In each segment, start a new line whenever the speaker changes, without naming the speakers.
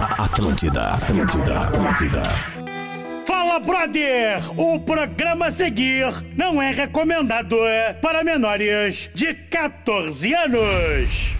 Atlântida, Atlântida, Atlântida.
Fala, brother! O programa a seguir não é recomendado é para menores de 14 anos.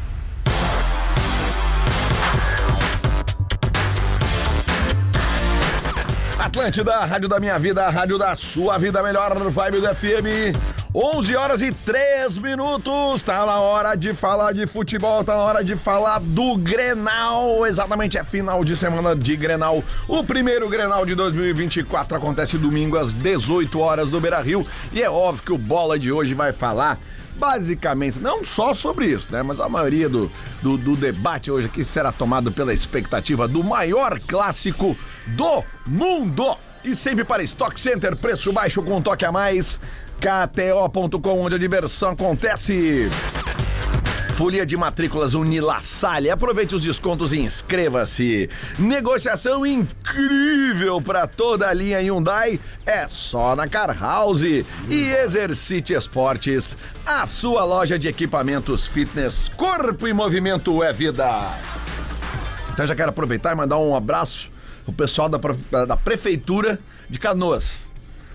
Atlântida, a rádio da minha vida, a rádio da sua vida, a melhor vibe do FM. 11 horas e 3 minutos, tá na hora de falar de futebol, tá na hora de falar do Grenal. Exatamente, é final de semana de Grenal. O primeiro Grenal de 2024 acontece domingo às 18 horas do Beira-Rio e é óbvio que o Bola de hoje vai falar basicamente, não só sobre isso, né? Mas a maioria do, do, do, debate hoje aqui será tomado pela expectativa do maior clássico do mundo. E sempre para Stock Center, preço baixo com um toque a mais. KTO.com, onde a diversão acontece. Folia de matrículas Unilassalle. Aproveite os descontos e inscreva-se. Negociação incrível para toda a linha Hyundai é só na Car House. E Exercite Esportes, a sua loja de equipamentos fitness. Corpo e movimento é vida. Então já quero aproveitar e mandar um abraço pro pessoal da, da Prefeitura de Canoas.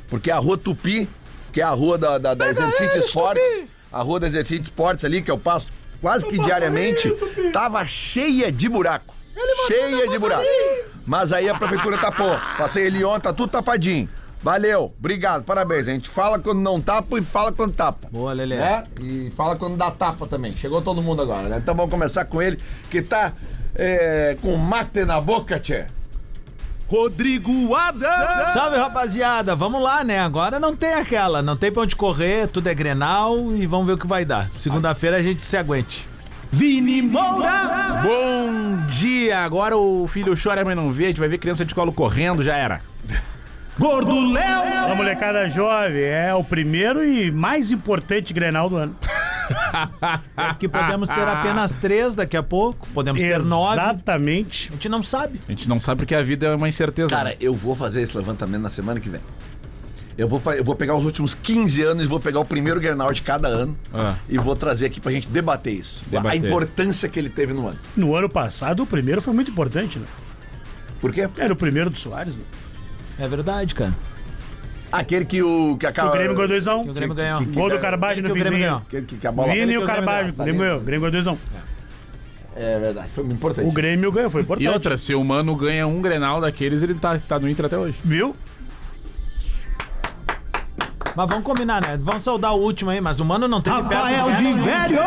Porque a rua Tupi, que é a rua da, da, da Exercite Esportes, a rua da Exercite Esportes ali, que eu passo quase que diariamente, ali, tava cheia de buraco. cheia de buraco. Ali. Mas aí a prefeitura tapou. Passei ele ontem, tá tudo tapadinho. Valeu, obrigado, parabéns. A gente fala quando não tapa e fala quando tapa.
Boa, Lelê. Né?
E fala quando dá tapa também. Chegou todo mundo agora, né? Então vamos começar com ele, que tá é, com mate na boca, tchê.
Rodrigo Adams. Salve, rapaziada. Vamos lá, né? Agora não tem aquela, não tem pra onde correr, tudo é Grenal e vamos ver o que vai dar. Segunda-feira a gente se aguente.
Vini Moura! Bom dia! Agora o filho chora, mas não vê. A gente vai ver criança de colo correndo, já era.
Gordo Léo! A molecada jovem é o primeiro e mais importante Grenal do ano.
Aqui podemos ter apenas três daqui a pouco, podemos ter nove.
Exatamente.
A gente não sabe.
A gente não sabe porque a vida é uma incerteza.
Cara, né? eu vou fazer esse levantamento na semana que vem. Eu vou, eu vou pegar os últimos 15 anos, vou pegar o primeiro Grenal de cada ano ah. e vou trazer aqui pra gente debater isso. Debater. A importância que ele teve no ano.
No ano passado, o primeiro foi muito importante, né?
Por quê?
Era o primeiro do Soares, né?
É verdade, cara.
Aquele que o. Que, a, que
o Grêmio ganhou 2x1. Um.
Que o Grêmio ganhou.
Que, que, Gol do Carvalho no finzinho.
Que, que, que a bola
Vini e o Carvalho. Grêmio ganhou. Grêmio ganhou 2x1.
É verdade, foi importante.
O Grêmio ganhou, foi importante.
E outra, se o Mano ganha um Grenal daqueles, ele tá, tá no Inter até hoje.
Viu?
Mas vamos combinar, né? Vamos saudar o último aí, mas o Mano não tem
Rafael de velho!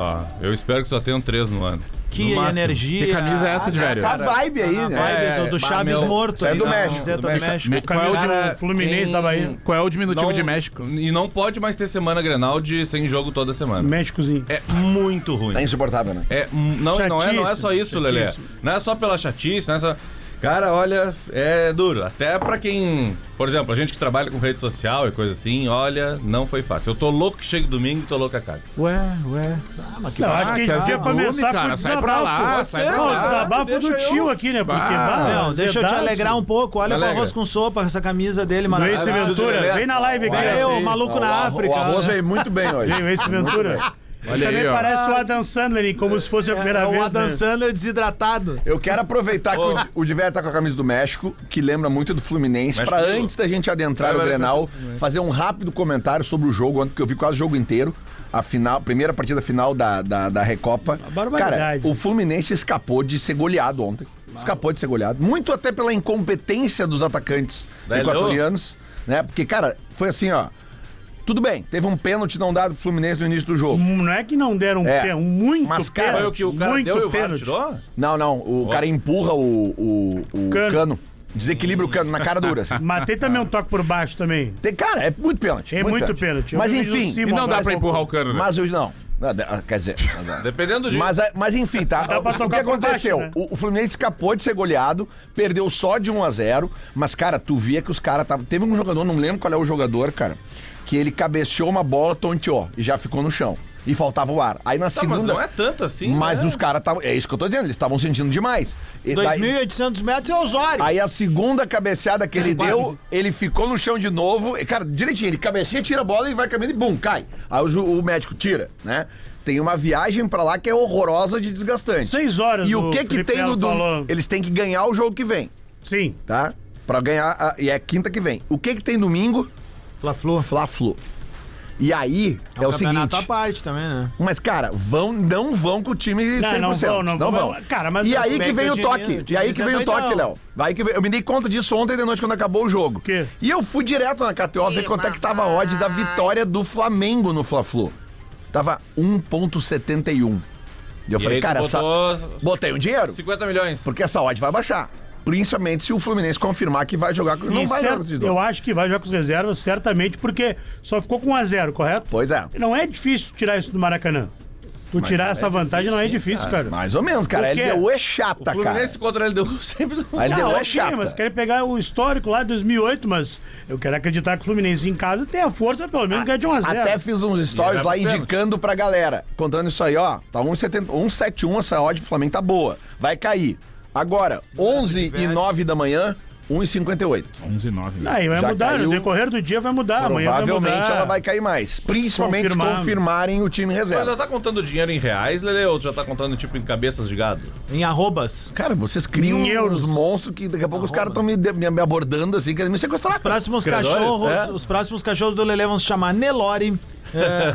Ah, eu espero que só tenham três no ano.
Que no energia.
Que camisa é essa,
Ah,
de velho?
Essa vibe aí, né? vibe
é,
do, do Chaves meu, morto.
É do, México,
do México.
Qual é o de, Fluminense tem... da Bahia.
Qual é o diminutivo não, de México?
E não pode mais ter semana Grenal de sem jogo toda semana.
Méxicozinho.
É muito ruim.
Tá insuportável, né?
É, não, chatice, não, é, não é só isso, chatice. Lelê. Não é só pela chatice, não é só... Cara, olha, é duro. Até para quem, por exemplo, a gente que trabalha com rede social e coisa assim, olha, não foi fácil. Eu tô louco que chegue domingo e tô louco a casa.
Ué, ué. Ah,
mas que não, acho que a gente ia começar cara, com
sai pra lá, sai pra lá.
O desabafo do tio aqui, né? Porque, bah,
não, deixa eu te alegrar um pouco. Olha o arroz com sopa, essa camisa dele, mano.
Luiz Ventura, vem na live aqui.
Valeu, maluco na África. O
arroz veio muito bem hoje.
Vem, Luiz Ventura. Olha também aí, parece ó. o Adam Sandler, como se fosse a primeira é, vez.
O Adam né? Sandler desidratado.
Eu quero aproveitar oh. que o, o Diver tá com a camisa do México, que lembra muito do Fluminense, para antes da gente adentrar é vai, o Grenal, fazer um rápido comentário sobre o jogo, que eu vi quase o jogo inteiro. A final, primeira partida final da, da, da Recopa. Cara, o Fluminense escapou de ser goleado ontem. Escapou de ser goleado. Muito até pela incompetência dos atacantes da equatorianos. Hello. Né? Porque, cara, foi assim, ó. Tudo bem, teve um pênalti não dado pro Fluminense no início do jogo.
Não é que não deram é. pênalti, muito
Mas, cara,
pênalti,
que o cara
muito
deu pênalti. tirou? Não, não, o oh. cara empurra o, o, o cano. cano. Desequilibra o cano na cara dura. Assim.
Matei também um toque por baixo também.
Tem, cara, é muito pênalti.
É muito, muito pênalti. pênalti.
Mas enfim.
E não dá pra empurrar o cano, né?
Mas hoje não. ah, Quer dizer,
dependendo disso.
Mas, mas enfim, tá? O que aconteceu? Baixo, né? o, Fluminense escapou de ser goleado, perdeu só de 1 a 0 Mas, cara, tu via que os caras estavam. Teve um jogador, não lembro qual é o jogador, cara que ele cabeceou uma bola, tonteou e já ficou no chão. e faltava o ar. Aí na
Tá,
segunda.
mas não é tanto assim.
Mas
né?
os caras estavam. É isso que eu tô dizendo, eles estavam sentindo demais. E daí-
2.800 metros é Osório.
Aí a segunda cabeceada que
É,
ele deu, ele ficou no chão de novo. E, cara, direitinho, ele cabeceia, tira a bola e vai caminhando e bum, cai. Aí o, ju- o médico tira, né? Tem uma viagem pra lá que é horrorosa de desgastante.
Seis horas
E o
o
que que
Felipe
tem no
Melo falou.
domingo? Eles têm que ganhar o jogo que vem,
Sim.
tá? Pra ganhar, a- e é quinta que vem. O que que tem domingo?
Fla-Flu. um
Fla-Flu. E aí, é, o seguinte...
Campeonato à parte também, né?
Mas, cara, vão, não vão com o time 100%.
Não, não vão, não vão.
vão.
Cara, mas
e
eu
aí
sei
que
que
vem
o
o
time-
toque.
o time
E aí que
é
vem o
doidão.
toque, Léo. Vai que vem- Eu me dei conta disso ontem de noite quando acabou o jogo.
quê?
E eu fui direto na KTO ver quanto é que tava a odd da vitória do Flamengo no Fla-Flu. Tava 1.71. E eu
E
falei,
aí tu
cara, essa...
botou
botei um dinheiro,
50 milhões.
porque essa odd vai baixar. Principalmente se o Fluminense confirmar que vai jogar. com- Não
E
vai
cer-
jogar com esses dois.
Eu acho que vai jogar com os reservas, certamente, porque só ficou com 1 a 0 correto?
Pois é.
Não é difícil tirar isso do Maracanã. Tu tirar essa vantagem não é difícil, cara.
Mais ou menos, cara. A
Porque
LDU é
O
chata, cara.
Fluminense contra ele deu um sempre no
A
Ah,
LDU é
ok,
chata.
mas querem pegar o histórico lá de 2008, mas eu quero acreditar que o Fluminense em casa tem a força, pelo menos, ganhar de 1 a 0
Ah, Até fiz uns stories
E
lá
leva os
indicando pra galera. Contando isso aí, ó. Tá 1,70 171 essa odd pro Flamengo tá boa. Vai cair. Agora, 11 e 9 da manhã, 1,58.
11 e 9. né?
Aí vai
Já
mudar,
caiu.
no decorrer do dia vai mudar. amanhã vai
Provavelmente
mudar.
ela vai cair mais. Principalmente se
confirmar.
confirmarem o time
Mas já
reserva.
tá contando dinheiro em reais, Lele, ou já tá contando tipo em cabeças de gado?
Em arrobas.
Cara, vocês criam
Em euros.
uns monstros que daqui a pouco os caras estão me, de- me abordando assim, querendo me sequestrar.
Próximos
Credores,
cachorros,
é.
os próximos cachorros do Lelê vão se chamar Nelore.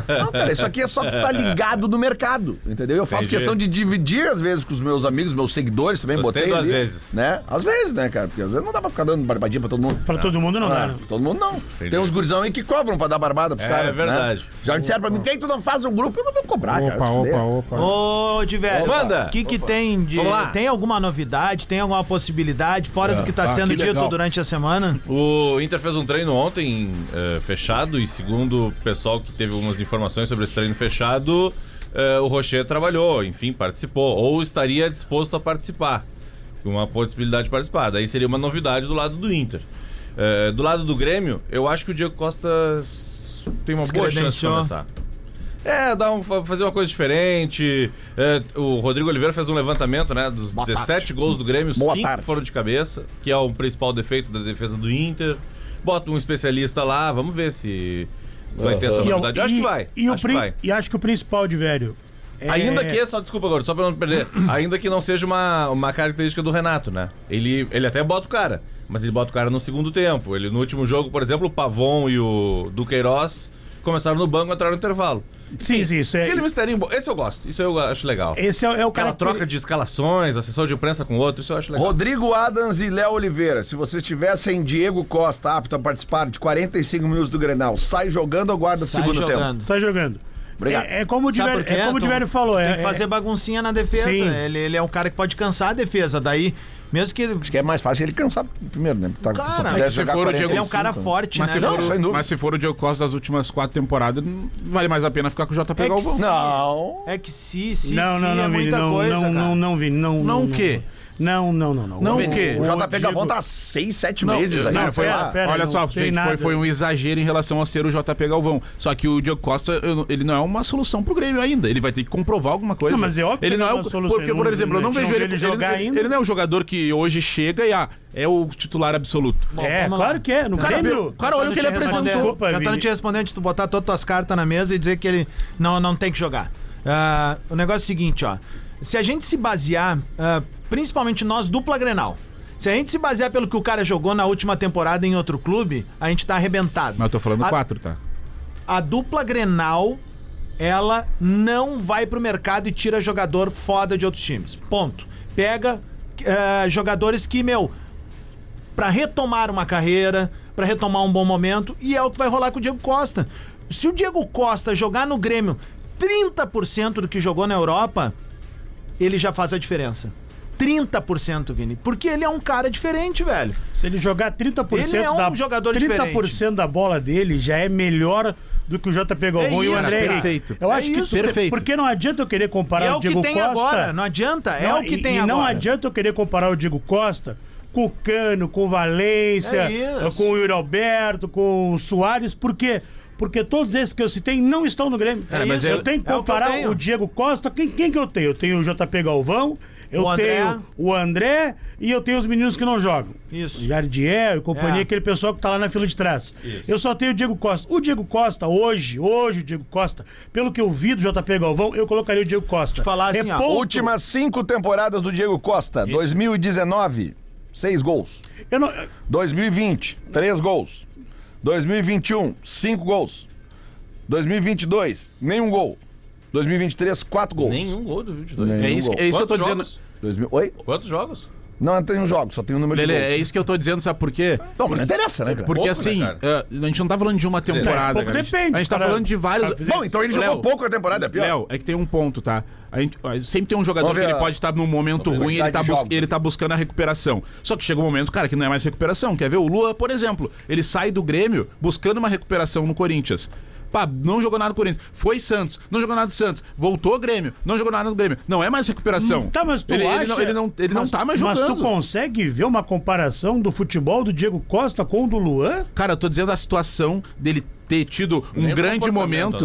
Não, cara, isso aqui é só tu tá ligado no mercado, entendeu? Eu faço
Entendi.
questão de dividir às vezes com os meus amigos, meus seguidores também,
Sustento
botei ali,
às vezes.
né? Às vezes, né, cara? Porque às vezes não dá pra ficar dando barbadinha pra todo mundo.
Pra todo mundo não dá.
Ah,
né?
todo mundo não. Tem uns gurizão aí que cobram pra dar barbada pros
É
caras. né?
verdade.
Já me disseram pra mim, quem tu não faz um grupo, eu não vou cobrar, cara. se fuder.
Ô, Diverio,
Opa. Manda.
o que, que tem de.
Vamos lá.
Tem alguma novidade? Tem alguma possibilidade
É.
fora do que tá
Ah,
sendo
que
dito
legal.
durante a semana?
O Inter fez um treino ontem eh, fechado e segundo o pessoal que teve algumas informações sobre esse treino fechado, eh, o Rocher trabalhou, enfim, participou ou estaria disposto a participar. Uma possibilidade de participar. Daí seria uma novidade do lado do Inter. Eh, do lado do Grêmio, eu acho que o Diego Costa s- tem uma
Se
boa chance de
credenciou.
começar. É, dar um, fa- fazer uma coisa diferente. É, o Rodrigo Oliveira fez um levantamento, né? Dos 17 gols do Grêmio,
Boa
5
tarde.
foram de cabeça, que é o principal defeito da defesa do Inter. Bota um especialista lá, vamos ver se vai ter essa
E eu-
novidade. Eu acho que vai.
E, e o
acho que
prin-
vai.
e acho que o principal de velho. é-
Ainda que, só desculpa agora, só pra não perder, ainda que não seja uma, uma característica do Renato, né? Ele, ele até bota o cara, mas ele bota o cara no segundo tempo. Ele no último jogo, por exemplo, o Pavon e o Duqueiroz começaram no banco, entraram no intervalo.
Sim, sim, isso é.
Aquele misterinho bom. Esse eu gosto, isso eu acho legal.
Esse é, é o
Aquela
cara.
troca de escalações, assessor de imprensa com outro, isso eu acho legal.
Rodrigo Adams e Léo Oliveira, se vocês tivessem Diego Costa apto a participar de 45 minutos do Grenal, sai jogando ou guarda o
Sai
segundo tempo?
jogando.
Sai tá jogando.
Obrigado.
É, é como o
Sabe
Diverio,
por quê?
é como o
Tu-
Diverio falou.
Tem
É,
que fazer
é,
baguncinha na defesa.
Sim.
Ele, ele é um cara que pode cansar a defesa. Daí, mesmo que.
Acho que é mais fácil ele cansar primeiro, né? Porque Tá,
Cara,
pudesse
é que
se
jogar
for o
45,
Ele é um cara
né?
forte,
Mas
né?
se,
Não,
for
sem
o,
dúvida.
mas se for o Diego Costa das últimas quatro temporadas, não vale mais a pena ficar com o JP
É que
Galvão.
se-
Não.
É que se, se,
não,
se
não, não,
é
Vini,
muita
não,
coisa,
não,
cara.
não, não, Vini, não.
Não o
não,
quê?
Não, não, não, não.
Não o
Vini,
quê?
O JP
Diego-
Gavão tá há 6, 7
Não,
meses aí.
não,
sei
foi,
lá.
pera, pera,
olha
não
só,
sei
gente, foi,
nada.
foi um exagero em relação a ser o JP Galvão. Só que o Diogo Costa, eu não- ele não é uma solução pro Grêmio ainda. Ele vai ter que comprovar alguma coisa.
Não, mas é óbvio que
ele
ele
não é
não é
o-
uma solução.
Porque, por
Não-
exemplo, eu não
a gente
vejo
não
ele.
vê ele
ele-
jogar
ele-
ainda.
ele não é o jogador que hoje chega e ah, é o titular absoluto.
É,
Vamos lá.
claro que é. No
Cara,
Grêmio.
o cara olha o que ele apresentou.
Desculpa,
Desculpa, Tentando
Vini.
te responder antes de tu botar todas as tuas cartas na mesa e dizer que ele não, não tem que jogar. Ah, o negócio é o seguinte, ó. Se a gente se basear, ah, principalmente nós, dupla Grenal. Se a gente se basear pelo que o cara jogou na última temporada em outro clube, a gente tá arrebentado.
Mas eu tô falando
a,
quatro, tá?
a dupla Grenal, ela não vai pro mercado e tira jogador foda de outros times. Ponto. Pega eh, jogadores que, meu, pra retomar uma carreira, pra retomar um bom momento, e é o que vai rolar com o Diego Costa. Se o Diego Costa jogar no Grêmio 30% do que jogou na Europa, ele já faz a diferença. 30%, Vini. Porque ele é um cara diferente, velho.
Se ele jogar 30%
Ele é um
da
jogador
30% da bola dele já é melhor do que o JP Galvão
É
e o
isso,
André.
cara.
Henrique. Eu
É
acho que
isso.
tu-
Perfeito.
porque não adianta eu querer comparar
é
o
o que
Diego
tem
Costa.
agora, não adianta. É
Não,
o que
e-
tem
e
agora.
não adianta eu querer comparar o Diego Costa com o Cano, com o Valência,
É isso.
com o Yuri Alberto, com o Soares, por quê? porque todos esses que eu citei não estão no Grêmio.
Cara, mas
eu,
eu-
tenho que
é o que eu
comparar
tenho.
o Diego Costa. Quem, quem que eu tenho? Eu tenho o JP Galvão, eu
O André.
tenho o André e eu tenho os meninos que não jogam.
Isso.
Jardier e companhia,
É.
aquele pessoal que tá lá na fila de trás. Eu só tenho o Diego Costa. O Diego Costa, hoje, hoje, o Diego Costa, pelo que eu vi do JP Galvão, eu colocaria o Diego Costa.
falar assim,
é
ó,
ponto.
Últimas cinco temporadas do Diego Costa. 2019, seis gols.
Eu não-
2020, 3 gols. 2021, 5 um, gols. 2022, nenhum gol. 2023, 4 gols.
Nenhum gol do 22.
Nenhum
É isso, é isso que eu tô
Quantos
dizendo.
jogos?
2000 Oi?
Quantos jogos?
Não, não tem um jogo, só tem um número
Lele,
de
é
gols.
isso que eu tô dizendo, sabe por quê?
Não, mas não interessa, né, cara?
Porque
Pouco, né,
assim,
cara?
eh, a gente não tá falando de uma
É,
temporada.
pouco
cara.
depende,
A gente tá
cara.
falando de vários.
Bom, então ele
Léo,
jogou pouco a temporada, é pior.
Léo, é que tem um ponto, tá? A gente, ó, sempre tem um jogador
Vamos
que
ver
ele
a-
pode estar num momento ruim, ele tá,
de
bus-
jogos.
ele tá buscando a recuperação. Só que chega um momento, cara, que não é mais recuperação. Quer ver? O Lua, por exemplo, ele sai do Grêmio buscando uma recuperação no Corinthians. Pá, não jogou nada no Corinthians. Foi Santos, não jogou nada do Santos. Voltou ao Grêmio, não jogou nada no Grêmio. Não é mais recuperação.
Tá, mas tu
ele,
acha...
ele não, ele não, ele não
mas-
tá mais jogando.
Mas tu consegue ver uma comparação do futebol do Diego Costa com o do Luan?
Cara, eu tô dizendo a situação dele ter tido um
Nem é
grande
comportamento,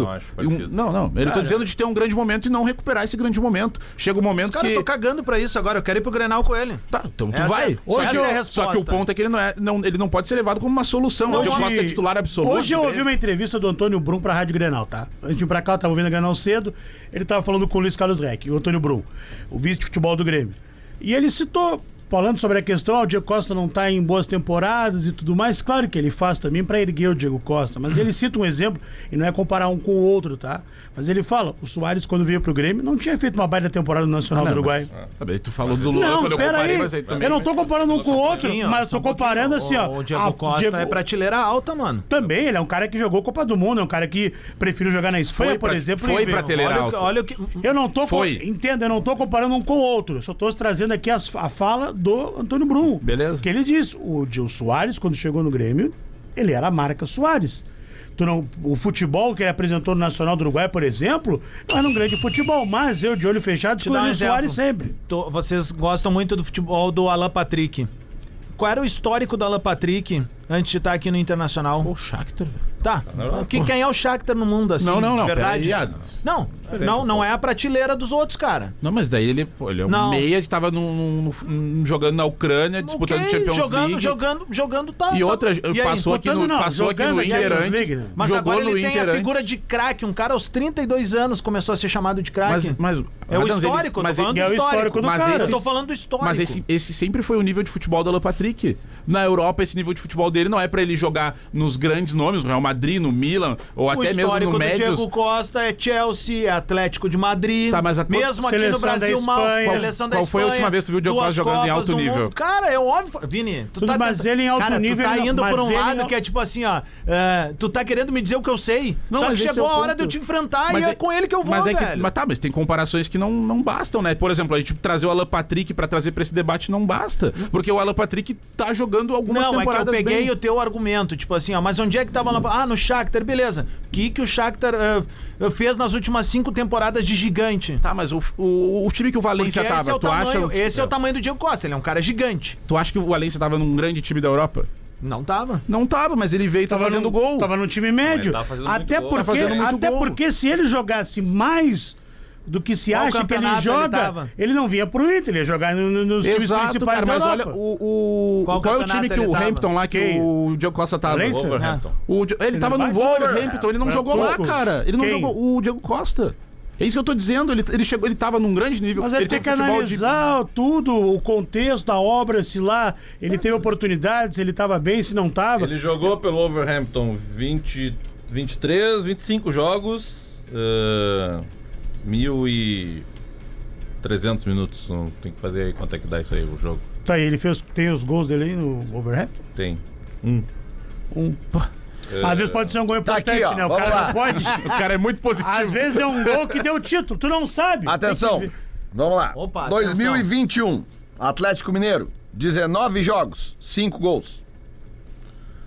momento.
eu não acho
e um-
parecido.
não, não. Eu tô dizendo de ter um grande momento e não recuperar esse grande momento. Chega um
Os
momento
caras
que.
estão cagando pra isso agora. Eu quero ir pro Grenal com ele.
Tá, então tu
Essa
vai.
é- Hoje essa
eu-
é a
só
resposta.
que o ponto é que ele não, é, não, ele não pode ser levado como uma solução. Hoje eu
Hoje-
gosto de titular absoluto. né?
Hoje eu ouvi uma entrevista do Antônio Brum pra Rádio Grenal, tá? A gente pra cá, eu tava ouvindo a Grenal cedo, ele tava falando com o Luiz Carlos Reck, o Antônio Brum, o vice de futebol do Grêmio. E ele citou, falando sobre a questão, ah, o Diego Costa não tá em boas temporadas e tudo mais. Claro que ele faz também pra erguer o Diego Costa, mas ele cita um exemplo, e não é comparar um com o outro, tá? Mas ele fala, o Soares, quando veio pro Grêmio, não tinha feito uma baita temporada no Nacional
Não,
do Uruguai.
Mas, tá bem, tu falou do Luan
Não,
quando eu comparei,
peraí.
mas aí também.
Eu não tô comparando um com o outro,
pouquinho, ó,
mas
só
tô
um pouquinho.
comparando assim, ó.
O, o Diego
Ah,
Costa
Diego-
é prateleira alta, mano.
também, ele é um cara que jogou Copa do Mundo, é um cara que preferiu jogar na Espanha,
Foi
por
pra-
exemplo.
foi
e- um.
prateleira.
Olha, o que-
alta.
olha o que.
Eu não tô
Foi.
com- entenda, eu não tô comparando um com o outro. Eu só tô trazendo aqui as- a fala do Antônio Brum.
Beleza.
Que ele disse, o Gil Soares quando chegou no Grêmio, ele era a marca Soares. Tu não, o futebol que ele apresentou no Nacional do Uruguai, por exemplo, não era um grande futebol, mas eu de olho fechado
dar
escolhi
um
o
exemplo.
Soares sempre.
Tô- vocês gostam muito do futebol do Alan Patrick. Qual era o histórico do Alan Patrick antes de estar aqui no Internacional?
O Shakhtar.
Tá. Que, quem é o Shakhtar no mundo, assim?
Não, não,
de
não.
Verdade?
peraí, ah,
Não, não, não é a prateleira dos outros, cara.
Não, mas daí ele, pô, ele é um
Não.
meia que tava num- num- num- jogando na Ucrânia, disputando
Ok,
Champions
jogando,
League.
jogando, jogando, tá.
E
tá.
outra,
aí?
passou, aqui no,
Botando não,
passou aqui
jogando
no
a
Inter
Champions
antes.
League, né?
Mas
jogou
agora
no
ele tem
Inter
a
antes.
figura de craque. Um cara aos 32 anos começou a ser chamado de
Mas,
craque.
mas,
É o
Adams, ele-
histórico, eu tô
mas ele-
falando do
é o
histórico.
histórico do
Mas
cara.
esse-
Eu tô falando do histórico.
Mas esse, esse sempre foi o nível de futebol do Alan Patrick. Na Europa, esse nível de futebol dele não é pra ele jogar nos grandes nomes, no Real Madrid, no Milan, ou
o
até mesmo
histórico do
no médios.
Diego Costa é Chelsea, é Atlético de Madrid.
Tá, mas a-
mesmo aqui no
Seleção da
Brasil, mal.
Espanha.
Seleção da
Qual foi a
Espanha,
última vez que tu viu o Diego
duas
Costa jogando em
Copas
alto
do
nível?
mundo. Cara, é óbvio. Vini, tu
Tudo,
tá.
mas ele em alto
cara,
nível,
Tu tá
ele não-
indo por
mas
um
ele
lado
não-
que é tipo assim, ó. é, tu tá querendo me dizer o que eu sei.
Não,
só que
mas esse
chegou
é o
a hora
ponto.
de eu te enfrentar
Mas
e é com ele que eu vou,
mas é que-
velho.
mas tá, mas tem comparações que não, não bastam, né? Por exemplo, a gente trazer o Alan Patrick pra trazer pra esse debate não basta. Porque o Alan Patrick tá jogando algumas
Não, é que eu
temporadas
peguei
bem.
o teu argumento, tipo assim, ó, mas onde é que tava lá? Ah, no Shakhtar, beleza. O que que o Shakhtar eh, fez nas últimas cinco temporadas de gigante?
Tá, mas o, o, o time que o
Porque
Valência
esse
tava,
é o
tu
tamanho,
acha... um o ti-
esse é o tamanho do Diego Costa, ele é um cara gigante.
Tu acha que o Valência tava num grande time da Europa?
Não tava.
Não tava, mas ele veio e tá fazendo
num,
gol.
Tava num time médio.
Mas tá fazendo muito
até
gol.
porque,
Tá
fazendo muito
até
gol.
porque se ele jogasse mais do que se
Qual
acha que ele
campeonato ele
joga,
tava?
ele, não vinha pro Inter, ele ia jogar no- no- nos times
Exato,
principais
cara,
da
mas olha,
Europa.
o, o-
Qual
qual, é o time
campeonato
que
ele
o
tava?
Hampton lá, que
Quem?
o Diego Costa tava?
Valência?
Wolverhampton.
O Di- ele tava no
vai-
Wolverhampton, ele não
É,
jogou lá,
poucos.
cara. Ele não
Quem?
jogou o Diego Costa. É isso que eu tô dizendo, ele, ele chegou, ele tava num grande nível.
Mas ele, tem que
teve um futebol de-
analisar tudo, o contexto da obra, se lá ele teve oportunidades, se ele tava bem, se não tava.
Ele jogou pelo Wolverhampton 20, 23, 25 jogos, ah, 1.300 minutos. Não tem que fazer aí quanto é que dá isso aí o jogo.
Tá aí, ele fez, tem os gols dele aí no Wolverhampton?
Tem. Eh,
Um.
É.
Às vezes pode ser um gol importante,
aqui, ó,
né? O
vamos
cara
lá.
não pode.
O cara é muito positivo.
Às vezes é um gol que deu título, tu não sabe.
Atenção, vamos lá.
Opa,
2021, Atlético Mineiro, 19 jogos, 5 gols.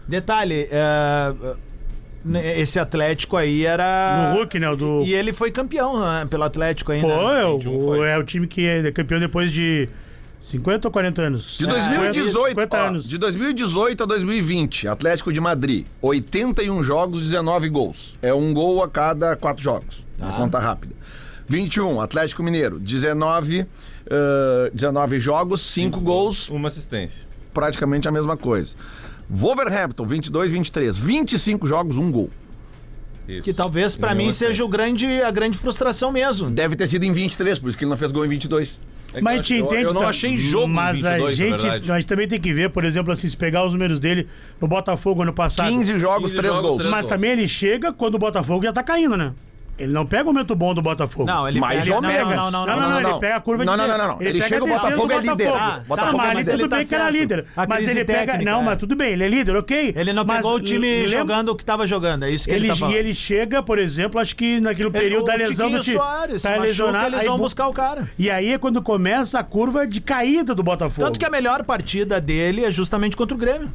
Detalhe, eh, né, esse Atlético aí era...
No Hulk, né? O do
E ele foi campeão né, pelo Atlético ainda.
Pô, é o,
21 foi.
é o time que é campeão depois de 50 ou 40 anos?
De 2018,
50
ó,
É, anos.
de 2018 a 2020, Atlético de Madrid, 81 jogos, 19 gols. É um gol a cada quatro jogos. na Conta rápida. 21, Atlético Mineiro, 19, eh, 19 jogos, 5 gols,
Uma assistência.
praticamente a mesma coisa. Wolverhampton, 22, 23, 25 jogos, um gol.
Isso.
Que talvez pra
Nenhuma
mim seja o grande, a grande frustração mesmo.
Deve ter sido em 23, por isso que ele não fez gol em 22.
É que eu
Mas
acho
te
que eu-
entende,
Eu não
tá?
achei jogo em
Mas a
22, na
gente, é-
verdade.
nós também tem que ver, por exemplo, assim, se pegar os números dele no Botafogo ano passado.
15 jogos,
15
3
jogos,
gols.
três
Mas
gols.
também ele chega quando o Botafogo já tá caindo, né? Ele não pega o momento bom do Botafogo.
Não, ele
Mais
ele-
ou
não,
menos.
Não,
Não, não,
não, não, não.
não,
não, não.
ele pega a curva
Não,
de
não, não,
descendo.
não, não. Ele chega, o
descendo
Botafogo
do
é líder.
Botafogo.
Ah, Botafogo é
tá, mas
mais
ele tudo
líder.
bem
Tá
que era
certo.
líder.
A
Mas
crise
ele pega...
técnica,
não,
é.
mas tudo bem, ele é líder, ok.
Ele não
mas
pegou o time
lembra-
jogando o que tava jogando, é isso que ele,
Ele,
tá falando.
ele chega, por exemplo, acho que naquele período
o
da lesão
Tiquinho
do time.
Soares,
tá
se machuca,
lesionado,
eles
aí
vão
bu-
buscar o cara.
E aí é quando começa a curva de caída do Botafogo.
Tanto que a melhor partida dele é justamente contra o Grêmio.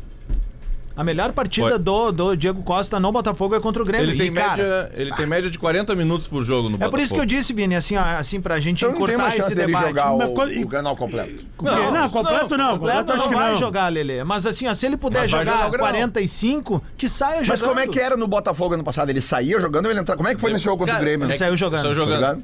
A melhor partida
Foi.
do, do Diego Costa no Botafogo é contra o Grêmio.
Ele tem,
E, cara,
média, ele tem média de 40 minutos por jogo no
É por isso que eu disse, Vini, assim, ó, assim pra gente
Então não tem mais
encurtar
chance
esse
dele
debate.
jogar
Mas
o,
quando-
o Granal completo.
Não,
Não,
completo não.
Completo
completo acho
não
que
vai
não.
jogar, Lele. Mas assim, ó, se ele puder
Mas vai
jogar,
jogar o Grenal.
45, que saia jogando.
Mas como é que era no Botafogo ano passado? Ele saía jogando ou ele entrava? Como é que foi nesse jogo contra o
Cara,
Grêmio?
Ele
É que-
saiu jogando.
Saiu
Tá
jogando.
ligado?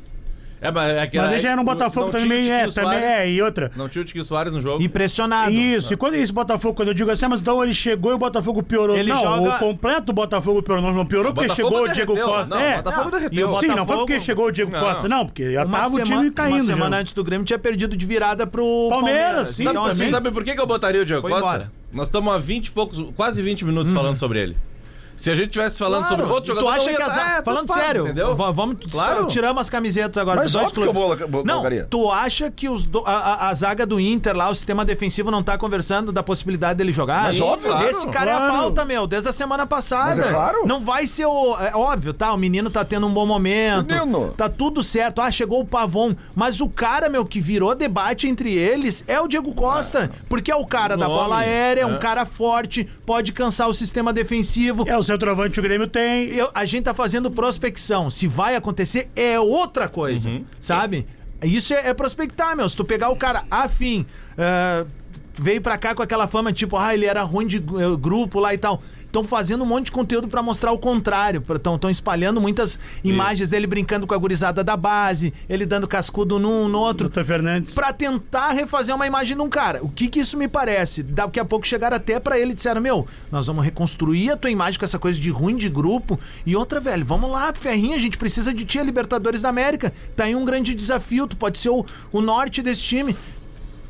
É, mas é que
Mas
era-
ele já era um
não-
Botafogo
não
também,
tinha o
é,
Tiquinho
também
Soares.
é, e outra.
Não tinha o Tiquinho Soares no jogo.
Impressionado.
Isso, e quando esse Botafogo, quando eu digo assim, ah, mas então ele chegou e o Botafogo piorou.
Ele
não,
joga-
o completo Botafogo piorou, não, não piorou
O
porque
Botafogo
chegou o
derreteu,
Diego Costa.
não,
é,
o Botafogo
não.
derreteu.
E o Sim, não foi
Ah, Botafogo-
porque chegou o Diego
Não.
Costa, não, porque já
Uma,
tava o
sema-
time caindo.
uma semana
já.
antes do Grêmio tinha perdido de virada pro
Palmeiras,
Palmeiras.
sim,
Sabe,
então,
assim,
assim,
sabe por que, que eu botaria o Diego
Foi
Costa?
embora.
Nós estamos há 20 e poucos, quase 20 minutos falando sobre ele. Se a gente tivesse falando
Claro,
sobre outro
e
jogador,
Tu acha
não ia
que
dar-
as...
é, tanto
Falando
faz,
sério,
entendeu?
va- vamos
Claro.
tiramos as camisetas agora
Mas
dos dois
óbvio que eu
clubes.
bolo-
não,
colocaria.
tu acha que os do- a, a- a zaga do Inter lá, o sistema defensivo não tá conversando da possibilidade dele jogar?
Mas
Ih,
óbvio, claro,
Esse cara é
claro.
a pauta, meu, desde a semana passada.
Mas é claro.
Não vai ser o... É óbvio, tá, o menino tá tendo um bom momento.
Menino.
Tá tudo certo. Ah, chegou o Pavon. Mas o cara, meu, que virou debate entre eles é o Diego Costa. Porque é o cara da
Nome,
bola aérea, é um
né?
cara forte, pode cansar o sistema defensivo.
É, o centroavante o Grêmio tem.
Eu- a gente tá fazendo prospecção. Se vai acontecer, é outra coisa, sabe? Isso é, é prospectar, meu. Se tu pegar o cara afim, ah, veio pra cá com aquela fama, tipo, ah, ele era ruim de gru- eh, grupo lá e tal. Estão fazendo um monte de conteúdo pra mostrar o contrário. Estão espalhando muitas imagens dele brincando com a gurizada da base, ele dando cascudo num no outro.
Doutor Fernandes.
Pra tentar refazer uma imagem de um cara. O que que isso me parece? Daqui a pouco chegaram até pra ele e disseram: Meu, nós vamos reconstruir a tua imagem com essa coisa de ruim de grupo. E outra, velho, vamos lá, Ferrinha, a gente precisa de ti, a Libertadores da América. Tá aí um grande desafio, tu pode ser o, o norte desse time.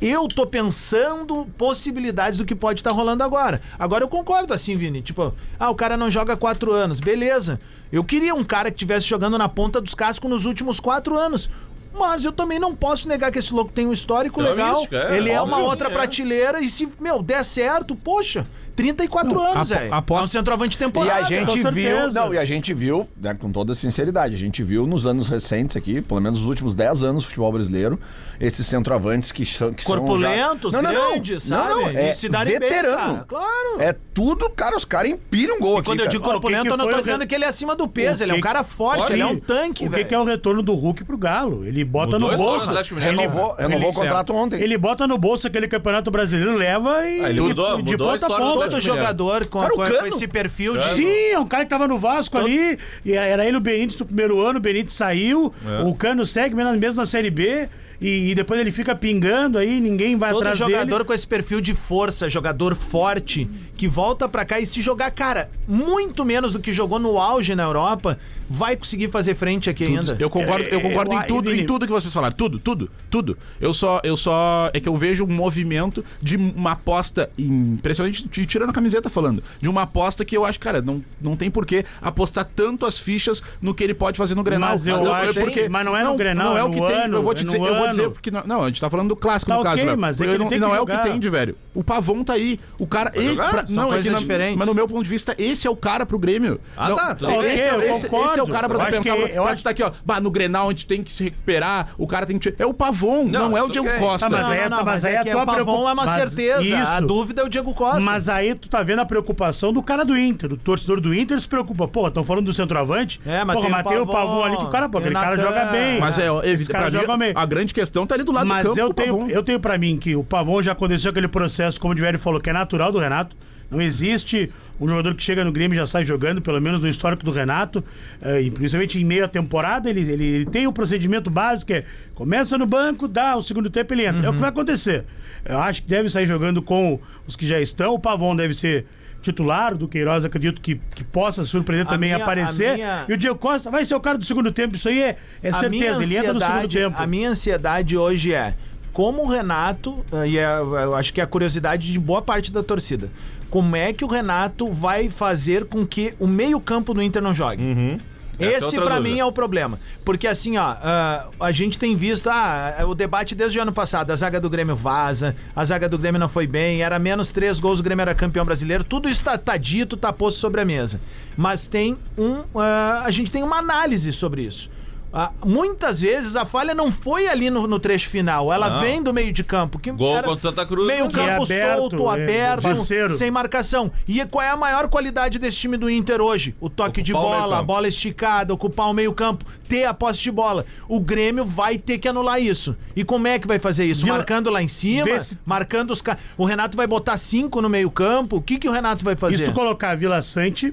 Eu tô pensando possibilidades do que pode estar rolando agora. Agora eu concordo assim, Vini. Tipo, ah, o cara não joga há quatro anos. Beleza. Eu queria um cara que estivesse jogando na ponta dos cascos nos últimos quatro anos. Mas eu também não posso negar que esse louco tem um histórico
É uma
legal.
mística, é,
Ele é uma
óbvio,
outra
é.
prateleira. E se, meu, der certo, poxa, 34 anos, velho. É um centroavante
E
temporário.
a gente
com
viu,
certeza.
não, e a gente viu, né, com toda sinceridade, a gente viu nos anos recentes aqui, pelo menos nos últimos 10 anos do futebol brasileiro, esses centroavantes que são que
Corpulentos,
são já...
grandes,
não,
sabe?
Não, é
De se darem bem,
veterano.
cara, claro.
É tudo, cara, os caras empilham um gol aqui,
Quando eu
cara.
digo
Olha, o que
corpulento,
que
eu não
foi
tô
o
dizendo
re-
que ele é acima do
O
peso. ele é um
que-
cara forte,
Sim.
ele é um tanque,
O que,
velho.
que é o retorno do Hulk pro Galo? Ele bota
Mudou
no
a história do
bolso.
Atlético Mineiro.
Renovou, renovou o contrato ontem.
Ele bota no bolso aquele campeonato brasileiro, leva e.
Ah, ele
e-
mudou-
de
mudou
ponta
a
a
história do
ponta.
Todo jogador com,
Cara, o
com- com
Cano.
esse perfil de.
Sim, é um cara que tava no Vasco ali, e era ele o Benítez no primeiro ano, o Benítez saiu,
É.
o Cano segue mesmo mesmo na Série B, e, e depois ele fica pingando aí, ninguém vai
Todo
atrás
jogador
dele.
com esse perfil de força, jogador forte, que volta pra cá e se jogar, cara, muito menos do que jogou no auge na Europa, vai conseguir fazer frente aqui ainda.
Eu concordo,
É,
eu concordo
eu-
em tudo,
Vini-
em tudo que vocês falaram. Tudo, tudo, tudo. Eu só, eu só. É que eu vejo um movimento de uma aposta impressionante, te tirando a camiseta falando. De uma aposta que eu acho, cara, não, não tem porquê apostar tanto as fichas no que ele pode fazer no Grenal.
Mas eu acho- mas não é no Grenal,
Não é o
no
que tem.
ano,
eu vou te
é no
dizer, eu vou dizer
ano.
porque. Não, não, a gente tá falando do clássico
Tá
no caso,
ok,
velho.
mas é que
Eu
ele
não,
tem que
não é o que
jogar.
tem de velho. O Pavon tá aí. O cara. esse- pra-
são
não, é
coisas
que na-
diferentes.
mas no meu ponto de vista, esse é o cara pro Grêmio.
Ah,
Não,
tá, tudo bem.
Esse, é-
Ok, eu
esse-
concordo.
esse é o cara
Eu
pra tu
acho
pensar.
que-
pra-
eu
pra
acho-
tu tá aqui, ó. Bah, no Grenal a gente tem que se recuperar, o cara tem que. É o Pavon, não,
Não,
é o
tudo
Diego
bem.
Costa.
Tá, mas
não,
aí é-
não, não,
mas aí é a
que
tua
o Pavon
preocupa-
é uma
mas
certeza. A
isso.
dúvida é o Diego Costa.
Mas aí tu tá vendo a preocupação do cara do Inter. O torcedor do Inter se preocupa. Pô, estão falando do centroavante.
É, mas
Porra,
tem o
o
Pavon,
Pavon ali que o cara, pô,
tem
aquele
o
cara
Natan.
joga bem.
Mas é, ó, evi-
Esse cara
pra mim,
joga bem.
a grande questão tá ali do lado
Mas
do campo.
eu,
do
tenho,
Pavon.
eu tenho pra mim que o Pavon já aconteceu aquele processo, como o Diverio falou, que é natural do Renato. Não existe um jogador que chega no Grêmio e já sai jogando, pelo menos no histórico do Renato, eh, e principalmente em meia temporada, ele, ele, ele tem o procedimento básico, que é começa no banco, dá o segundo tempo ele entra. É o
Uhum.
que vai acontecer. Eu acho que deve sair jogando com os que já estão, o Pavon deve ser titular do Queiroz, acredito que, que possa surpreender
A
também
minha- a
aparecer.
minha-
E o Diego Costa vai ser o cara do segundo tempo, isso aí é, é
A minha
certeza, ele entra no segundo
ansiedade-
tempo.
A minha ansiedade hoje é como o Renato, eh, e é- eu acho que é a curiosidade de boa parte da torcida, como é que o Renato vai fazer com que o meio-campo do Inter não jogue?
Essa é
Esse,
outra
pra
dúvida.
mim, é o problema. Porque, assim, ó, ah, a gente tem visto ah, o debate desde o ano passado. A zaga do Grêmio vaza, a zaga do Grêmio não foi bem, era menos três gols, o Grêmio era campeão brasileiro. Tudo isso tá, tá dito, tá posto sobre a mesa. Mas tem um. ah, a gente tem uma análise sobre isso. Ah, muitas vezes a falha não foi ali no, no trecho final, ela
Não.
vem do meio de campo. Que
Gol
era
contra o Santa Cruz.
Meio
Que
campo
é aberto,
solto,
é,
aberto,
parceiro.
sem marcação. E qual é a maior qualidade desse time do Inter hoje? O toque de
Ocupar o meio
bola, a
campo.
bola esticada, ocupar o meio-campo, ter a posse de bola. O Grêmio vai ter que anular isso. E como é que vai fazer isso?
Vila-
Marcando lá em cima,
Vê se-
marcando os caras. O Renato vai botar cinco no meio-campo. O que, que o Renato vai
E
fazer?
se tu colocar Vila Sante,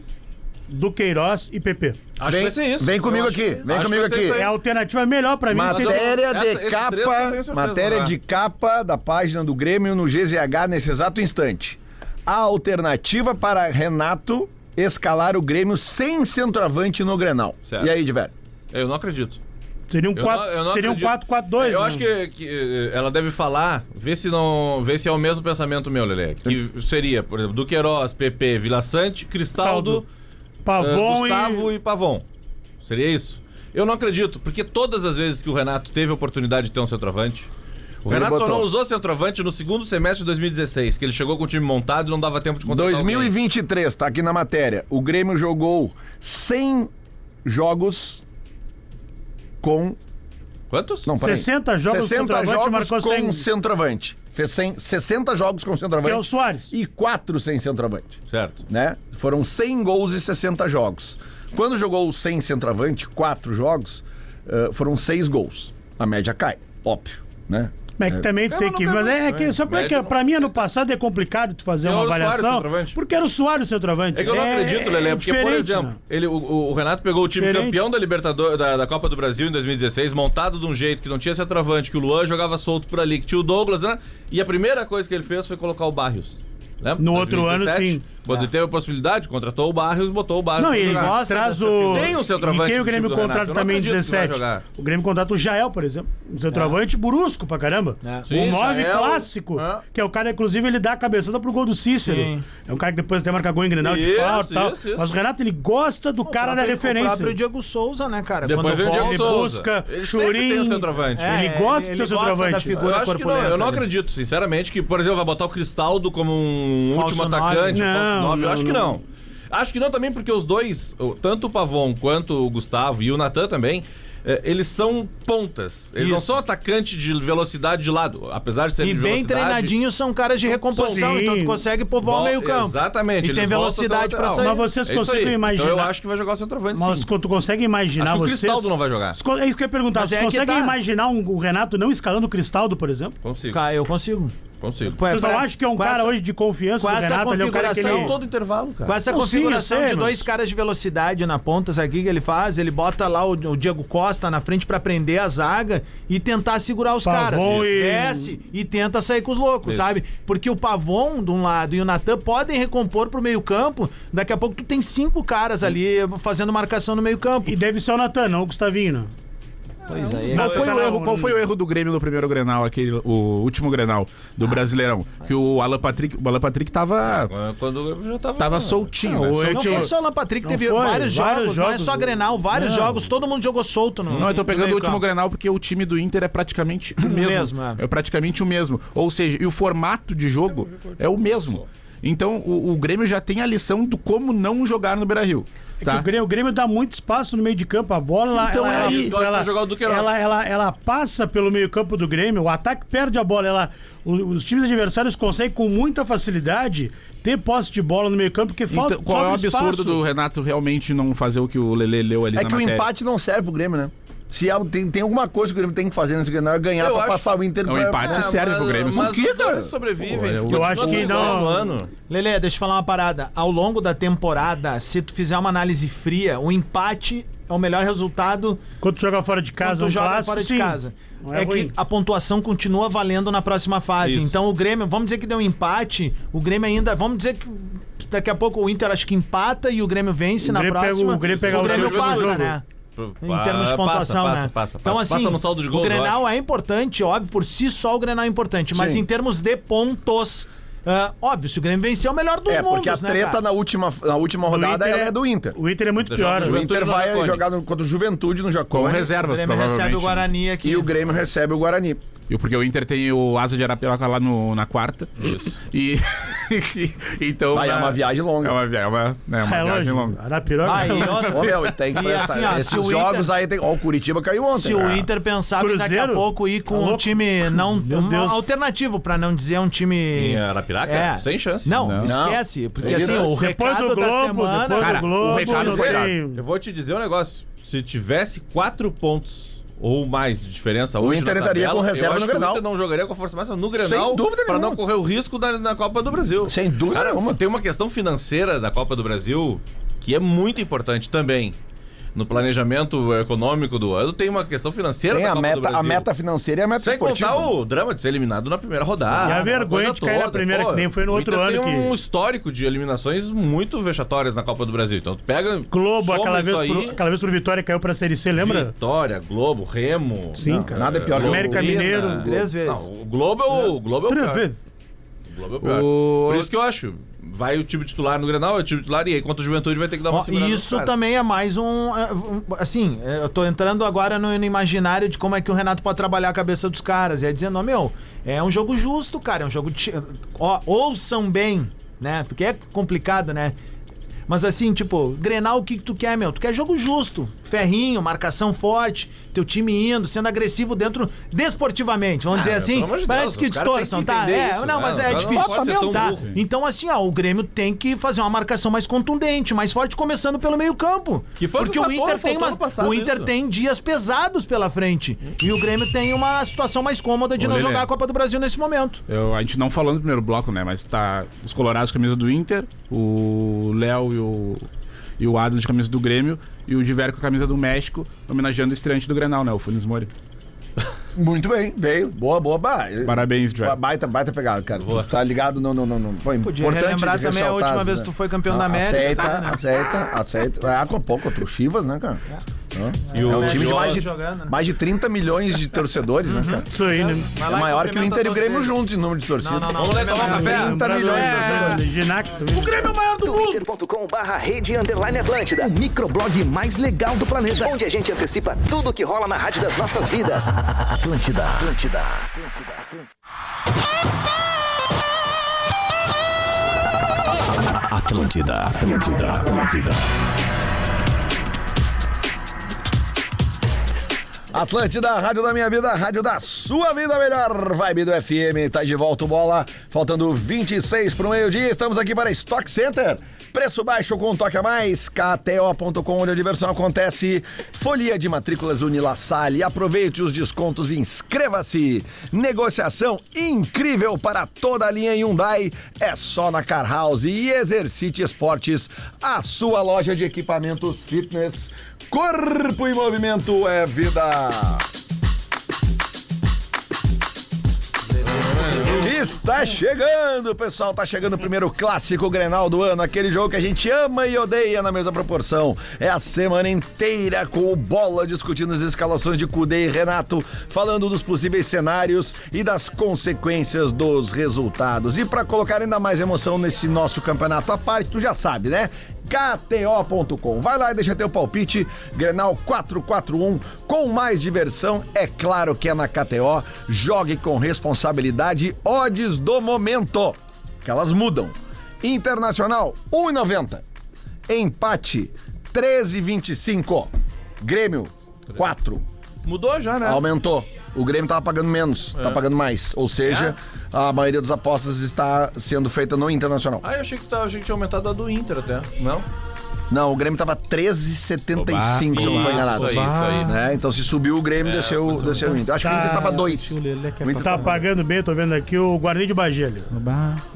Duqueiroz e PP.
Acho que vai ser isso.
Vem
Eu
comigo
acho
aqui,
que-
vem
acho
comigo
que vai ser
aqui.
isso
É
aí.
a alternativa melhor pra mim. seria-
Matéria
Essa-
de
esses três eu tenho
capa,
certeza,
matéria
né?
de capa da página do Grêmio no GZH nesse exato instante. A alternativa para Renato escalar o Grêmio sem centroavante no Grenal.
Certo.
E aí, Diver?
Eu não acredito.
Seria um
Eu não- eu
4
não
seria um
acredito.
4-4-2.
Eu
né?
acho que, que, eh, ela deve falar, vê se não, vê se é o mesmo pensamento meu, Lele, que seria, por exemplo, Duqueiroz, PP, Vila Sante, Cristaldo, eh,
Pavon
Gustavo
e...
e... Pavon. Seria isso? Eu não acredito, porque todas as vezes que o Renato teve a oportunidade de ter um centroavante, o
Ele
Renato só
botou.
não usou centroavante no segundo semestre de 2016, que ele chegou com o time montado e não dava tempo de contratar alguém.
2023, tá aqui na matéria. O Grêmio jogou 100 jogos com.
Quantos?
Não, peraí.
60 jogos com
60
centroavante,
jogos
marcou
com
100.
centroavante. Fez 100, 60 jogos com
Que é o
centroavante.
Soares.
E 4 sem centroavante.
Certo.
né? Foram 100 gols e 60 jogos. Quando jogou sem centroavante, quatro jogos, eh, foram seis gols. A média cai, óbvio, né?
Mas é que também
Não,
tem
não
que.
tem
Mas é,
muito,
é que
né?
só pra,
Médio
que,
não-
pra mim, ano passado é complicado tu fazer
É
uma
o Soares,
avaliação.
centroavante.
Porque era o Soares o centroavante.
É que eu não acredito, Lelé, porque, por
diferente,
exemplo,
né?
ele, o, o- o Renato pegou o time
Diferente.
campeão da, Libertador, da, da Copa do Brasil em 2016, montado de um jeito que não tinha centroavante, que o Luan jogava solto por ali, que tinha o Douglas, né? E a primeira coisa que ele fez foi colocar o Barrios. Lembra?
No outro ano, sim. Ah.
Quando ele teve a possibilidade, contratou o Barrios, botou o Barrios.
Não,
pra
e
jogar.
traz
essa
o.
figura. Tem um centroavante
E quem o
no time
Grêmio
do Renato,
contrata
eu não
também em
acredito que vai
17.
jogar. É.
O Grêmio contrata o Jael, por exemplo. Um centroavante brusco pra caramba.
É.
Sim,
Um 9
Jael.
clássico.
É.
Que é o cara, inclusive, ele dá a cabeçada pro gol do Cícero.
Sim.
É um cara que depois até marca gol em Grenal de
Isso,
falta e tal.
isso, isso.
Mas o Renato, ele gosta do cara da
O
referência.
próprio Diego Souza, né, cara?
Depois veio o Diego
ele
volta-
Souza.
busca,
Ele sempre
Churin.
tem um centroavante.
É,
ele gosta
ele
do seu
gosta da
centroavante.
figura.
Eu acho que não, eu não
né?
acredito, sinceramente, que, por exemplo, vai botar o Cristaldo como um
Falso
último
nove.
atacante, um falso
Não,
9. Eu
não,
acho que
não.
não. Acho que não também, porque os dois, o- tanto o Pavon quanto o Gustavo e o Natan também, eh, eles são pontas. Eles não
Isso.
são atacante de velocidade de lado, apesar de serem
E
de
bem
velocidade,
treinadinhos são caras de recomposição,
Sim.
então tu consegue povoar
vol-
o meio-campo.
Exatamente.
E tem
eles voltam
velocidade
até o
pra
lateral.
sair.
Mas vocês
É isso aí.
conseguem imaginar-
Então eu acho que vai jogar o centroavante,
Mas
sim.
quando tu consegue imaginar
Acho que o
vocês...
Cristaldo não vai jogar.
Vocês con- É isso que eu ia perguntar.
Mas
vocês
é que
conseguem
tá.
imaginar um- o Renato não escalando o Cristaldo, por exemplo?
Consigo,
Cara, eu consigo.
consigo.
Pô, é
Vocês não
pra-
acham que é um
com
cara
essa-
hoje de confiança
com
do
essa
Renato? Ele é um cara que ele...
configuração
Todo intervalo, cara.
Com essa
Não, sim, eu
configuração
sei,
de
mas-
dois caras de velocidade na ponta, sabe o que que ele faz? Ele bota lá o, o Diego Costa na frente pra prender a zaga e tentar segurar os
Pavon
caras.
e-
Desce e tenta sair com os loucos, sabe? Porque o Pavon, de um lado, e o Natan podem recompor pro meio-campo. Daqui a pouco tu tem cinco caras ali fazendo marcação no meio-campo.
E deve ser o Natan, não o Gustavinho. né?
Pois aí,
Qual foi, o
Não,
erro, qual
não.
foi o erro do Grêmio no primeiro Grenal, aquele, o último Grenal do Brasileirão? Que o Alan Patrick, o Alan Patrick tava,
Quando eu já tava...
tava soltinho. né?
o
Soltinho.
Não foi só o Alan Patrick,
Não
teve
foi, vários
vários, jogos, não é
jogos.
só Grenal, vários jogos, todo mundo jogou solto. No,
Não, eu tô
no
pegando o
meio
último
campo.
Grenal porque o time do Inter é praticamente o mesmo.
mesmo, é.
é. praticamente o mesmo. Ou seja, e o formato de jogo é o mesmo. Então o, o Grêmio já tem a lição do como não jogar no Beira Rio.
É Que
Tá?
O, Grêmio, o Grêmio dá muito espaço no meio de campo. A bola ela-
Então
ela,
é isso,
eu acho que vai
ela,
jogar o Duqueiroz.
ela, ela, ela passa pelo meio campo do Grêmio, o ataque perde a bola. Ela, o- os times adversários conseguem com muita facilidade ter posse de bola no meio campo, porque falta.
Então, qual é o
sobra
absurdo
espaço.
do Renato realmente não fazer o que o Lele leu ali
É
na
que o
matéria?
empate não serve pro Grêmio, né? Se é- tem, tem alguma coisa que o Grêmio tem que fazer nesse Grenal é ganhar
Eu
pra
acho-
passar o Inter.
É, o
pra-
empate serve pro Grêmio.
Por
sim.
Mas
quê,
os dois
cara?
sobrevivem.
Pô, eu
ficam
acho
tudo
que
igual
não.
no um ano.
Lele, deixa eu falar uma parada. Ao longo da temporada, se tu fizer uma análise fria, o empate é o melhor resultado
Quando tu joga fora de
quando
casa,
tu
um
joga
clássico,
fora de
sim.
casa.
Não
É,
é
que
ruim.
a pontuação continua valendo na próxima fase.
Isso.
Então o Grêmio, vamos dizer que deu um empate, o Grêmio ainda, vamos dizer que daqui a pouco o Inter acho que empata e o Grêmio vence
O
na
Grêmio pega-
próxima.
o Grêmio pega
o
o
Grêmio
jogo do
passa,
jogo.
né?
Pro-
Em termos de
passa,
pontuação,
passa,
né?
Passa,
então,
passa.
assim,
Passa no saldo de gols,
o
eu acho.
Grenal é importante, óbvio, por si só o Grenal é importante, mas
Sim.
em termos de pontos, ah, óbvio, se o Grêmio vencer é o melhor dos
É,
mundos,
porque a
né,
treta
cara?
na última, na última
O
rodada
Inter
ela é do Inter.
O Inter é muito
Joga
pior.
o
O
Juventude
Inter
no
vai
Jacone.
jogar no- contra o Juventude no
Com
Jacone
O
reservas,
Grêmio recebe
né?
provavelmente. né?
o Guarani aqui.
e o Grêmio recebe o Guarani.
E porque o Inter tem o Asa de Arapiraca lá no, na quarta. E. então.
Vai, é
né,
uma viagem longa.
É uma, vi- é uma, né, uma
É
viagem
longe.
longa.
Arapiroca.
Ah, e outra-
Ô, meu, tem que
E assim, ó, se
Esses
o Inter-
jogos aí tem. Ó, o Curitiba caiu ontem. Ah,
Se o Inter pensava em daqui a
Cruzeiro?
pouco ir com
Tá
um
louco?
time não
Meu
um
Deus.
alternativo, pra não dizer um time
Em Arapiraca?
É.
Sem chance.
Não,
Não.
esquece, porque
Ele-
assim, o
Depois
recado
do
da
Globo,
semana,
depois
Cara,
do Globo.
o recado
não
foi dado.
tem-
Eu vou te dizer um negócio. Se tivesse quatro pontos ou mais de diferença
O
hoje
Inter
na
entraria
tabela,
com
eu
reserva
acho
no
que
Grenal.
O Inter não jogaria com a força máxima no Grenal
Sem dúvida
pra
nenhuma.
não correr o risco da, na Copa do Brasil.
Sem dúvida
Cara,
nenhuma.
Tem uma questão financeira da Copa do Brasil que é muito importante também. No planejamento econômico do ano tem uma questão financeira
Tem a
da Copa do
meta,
Brasil.
a meta financeira e a meta
Sem
esportiva.
contar o drama de ser eliminado na primeira rodada.
E a
uma
vergonha
coisa
de cair na
toda.
primeira, que nem foi no
o
outro
Inter
ano
Tem
que-
um histórico de eliminações muito vexatórias na Copa do Brasil. Então tu pega.
Globo,
soma
aquela
isso
vez,
aí,
pro, aquela vez pro Vitória caiu pra Série C, lembra?
Vitória, Globo, Remo.
Sim, cara.
Nada é pior que o
América
Londrina.
Mineiro.
Três vezes.
né? Não, o Globo é o, o Globo é o
Três
pior.
vezes.
O Globo é o pior.
O-
Por isso que eu acho. Vai o time titular no Grenal, é o time titular, e aí contra o Juventude vai ter que dar uma
Ó,
segurada nos
isso
tá-
caras.
também é mais um. é, um, Assim, é, eu tô entrando agora no, no imaginário de como é que o Renato pode trabalhar a cabeça dos caras. E é dizendo, ó, meu, é um jogo justo, cara. É um jogo. De, ó, ouçam bem, né? Porque é complicado, né? Mas assim, tipo, Grenal, o que, que tu quer, meu? Tu quer jogo justo, ferrinho, marcação forte, teu time indo, sendo agressivo dentro, desportivamente, vamos
Ah,
dizer
meu,
assim,
pelo amor de
pra
Deus,
antes que
os caras têm que
distorçam, tá?
entender
É,
isso,
não,
né?
mas
Os
é
caras não
difícil.
podem ser tão
tá?
burros.
Então, assim, ó, o Grêmio tem que fazer uma marcação mais contundente, mais forte, começando pelo meio-campo.
Que foi
Porque
um
o
fator,
Inter, tem,
faltou
umas-
ano passado
o Inter
isso.
tem dias pesados pela frente. E o Grêmio tem uma situação mais cômoda de
Ô,
não
Lelê.
jogar a Copa do Brasil nesse momento.
Eu- a gente não falou no primeiro bloco, né? Mas tá os colorados de camisa do Inter, o Léo e o, e o Adams de camisa do Grêmio e o Diver com a camisa do México, homenageando o estreante do Grenal, né? O Funes Mori.
Muito bem, veio. Boa, boa. Bah,
Parabéns,
Ba-
Diver.
Baita, baita pegada, cara. Tu Tá ligado? Não, não, não. não. Pô,
Podia
importante
relembrar
de
também a
ressaltar, né?
última vez que tu foi campeão da América. tá, né?
Aceita, aceita, aceita. Ah, com pouco contra o Chivas, né, cara?
E o
É um time de
Jorge-
mais de,
jogando, né?
mais de 30 milhões de torcedores, né, cara?
Isso aí, né?
Uhum. Vai
É
lá e
maior que o
cumprimenta
Inter e o
todos
Grêmio
eles.
juntos em número de
Não,
torcidas.
não, não.
Vamos lá e tomar
Tá
um café?
30 milhões de torcedores.
Ginac, tu-
twitter.com barra rede underline Atlântida, o microblog mais legal do planeta, onde a gente antecipa tudo que rola na rádio das nossas vidas. Atlântida, Atlântida.
Atlântida, Atlântida, Atlântida.
Atlântida, rádio da minha vida, rádio da sua vida melhor. Vibe do FM, tá de volta o bola. Faltando 26 pro meio-dia, estamos aqui para Stock Center. Preço baixo com um toque a mais. KTO.com, onde a diversão acontece. Folia de matrículas Unilassalle. Aproveite os descontos e inscreva-se. Negociação incrível para toda a linha Hyundai. É só na Car House e Exercite Esportes, a sua loja de equipamentos fitness. Corpo em movimento é vida. Está chegando, pessoal. Está chegando o primeiro clássico Grenal do ano, aquele jogo que a gente ama e odeia na mesma proporção. É a semana inteira com o bola discutindo as escalações de Cudê e Renato, falando dos possíveis cenários e das consequências dos resultados. E para colocar ainda mais emoção nesse nosso campeonato à parte, tu já sabe, né? KTO.com. Vai lá e deixa teu palpite. Grenal 441 com mais diversão. É claro que é na KTO. Jogue com responsabilidade. Odds do momento. Que elas mudam. Internacional, 1,90. Empate, 13,25. Grêmio, 4.
Mudou já, né?
Aumentou. O Grêmio tava pagando menos, tá pagando mais. Ou seja, a maioria das apostas está sendo feita no Internacional.
Ah, eu achei que, tá, achei que tinha aumentado a do Inter até. Não?
Não, o Grêmio tava 13,75, se eu não tô enganado.
Isso aí, isso aí. É,
Né? Então se subiu o Grêmio, desceu, desceu o Inter. Acho que o Inter tava 2.
Tá pagando bem, tô vendo aqui o Guarani de Bagélio.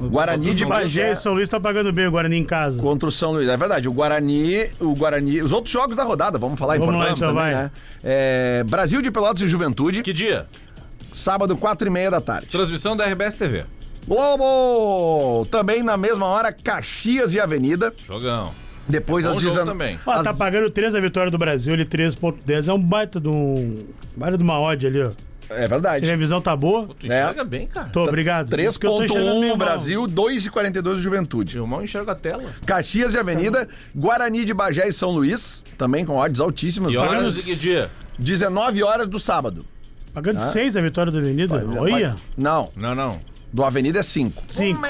Guarani de
Bagé
Bagé
e São Luís tá pagando bem o Guarani em casa.
contra o São Luís. É verdade, o Guarani, o Guarani, os outros jogos da rodada, vamos falar, é
Vamos lá,
importante
então,
também,
vai.
né? É, Brasil de Pelotas e Juventude,
Que dia?
sábado, 4 e meia da tarde.
Transmissão da RBS TV.
Globo! Também na mesma hora, Caxias e Avenida,
Jogão.
depois
É Bom
às
jogo
19
também.
Ó,
As-
tá pagando 3 a vitória do Brasil, ele 3.10. É um baita de um. Baita de uma odd ali, ó.
É
Se a
verdade.
revisão tá boa,
Tu enxerga bem, cara.
Tá
tô obrigado. Isso que eu tô enxergando bem
3.1
mal.
Brasil, 2,42 Juventude.
Eu mal enxergo a tela.
Caxias e Avenida, Guarani de Bagé e São Luís, também com odds altíssimas.
E horas e que dia?
19 horas do sábado.
Pagando 6 a vitória do Avenida. Olha.
Não,
Não, não.
do Avenida é 5.
5.
Né?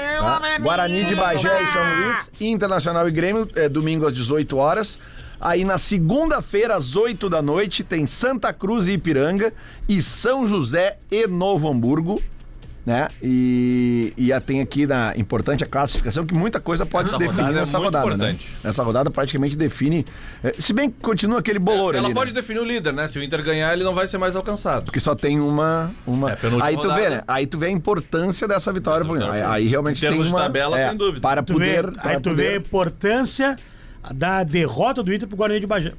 Guarani de Bagé e São Luís, Internacional e Grêmio, é, domingo às 18 horas. Aí na segunda-feira, às 8 da noite, tem Santa Cruz e Ipiranga e São José e Novo Hamburgo. Né? E, e a- tem aqui na importante a classificação que muita coisa pode se
Essa
definir
rodada é
nessa
muito
rodada. Né?
importante.
Essa rodada praticamente define. é, Se bem que continua aquele bolor
Ela
ali. né?
pode definir o líder, né? Se o Inter ganhar, ele não vai ser mais alcançado.
Porque só tem uma. uma...
É, penúltima
aí tu vê,
rodada.
né? Aí tu vê a importância dessa vitória. pro Grêmio. Aí, aí realmente
Em
tem
termos de
uma.
tabela,
é,
sem dúvida.
Para
Tu
poder.
vê,
para
aí tu vê a
poder-
importância da derrota do Inter pro Guarani de Bagé.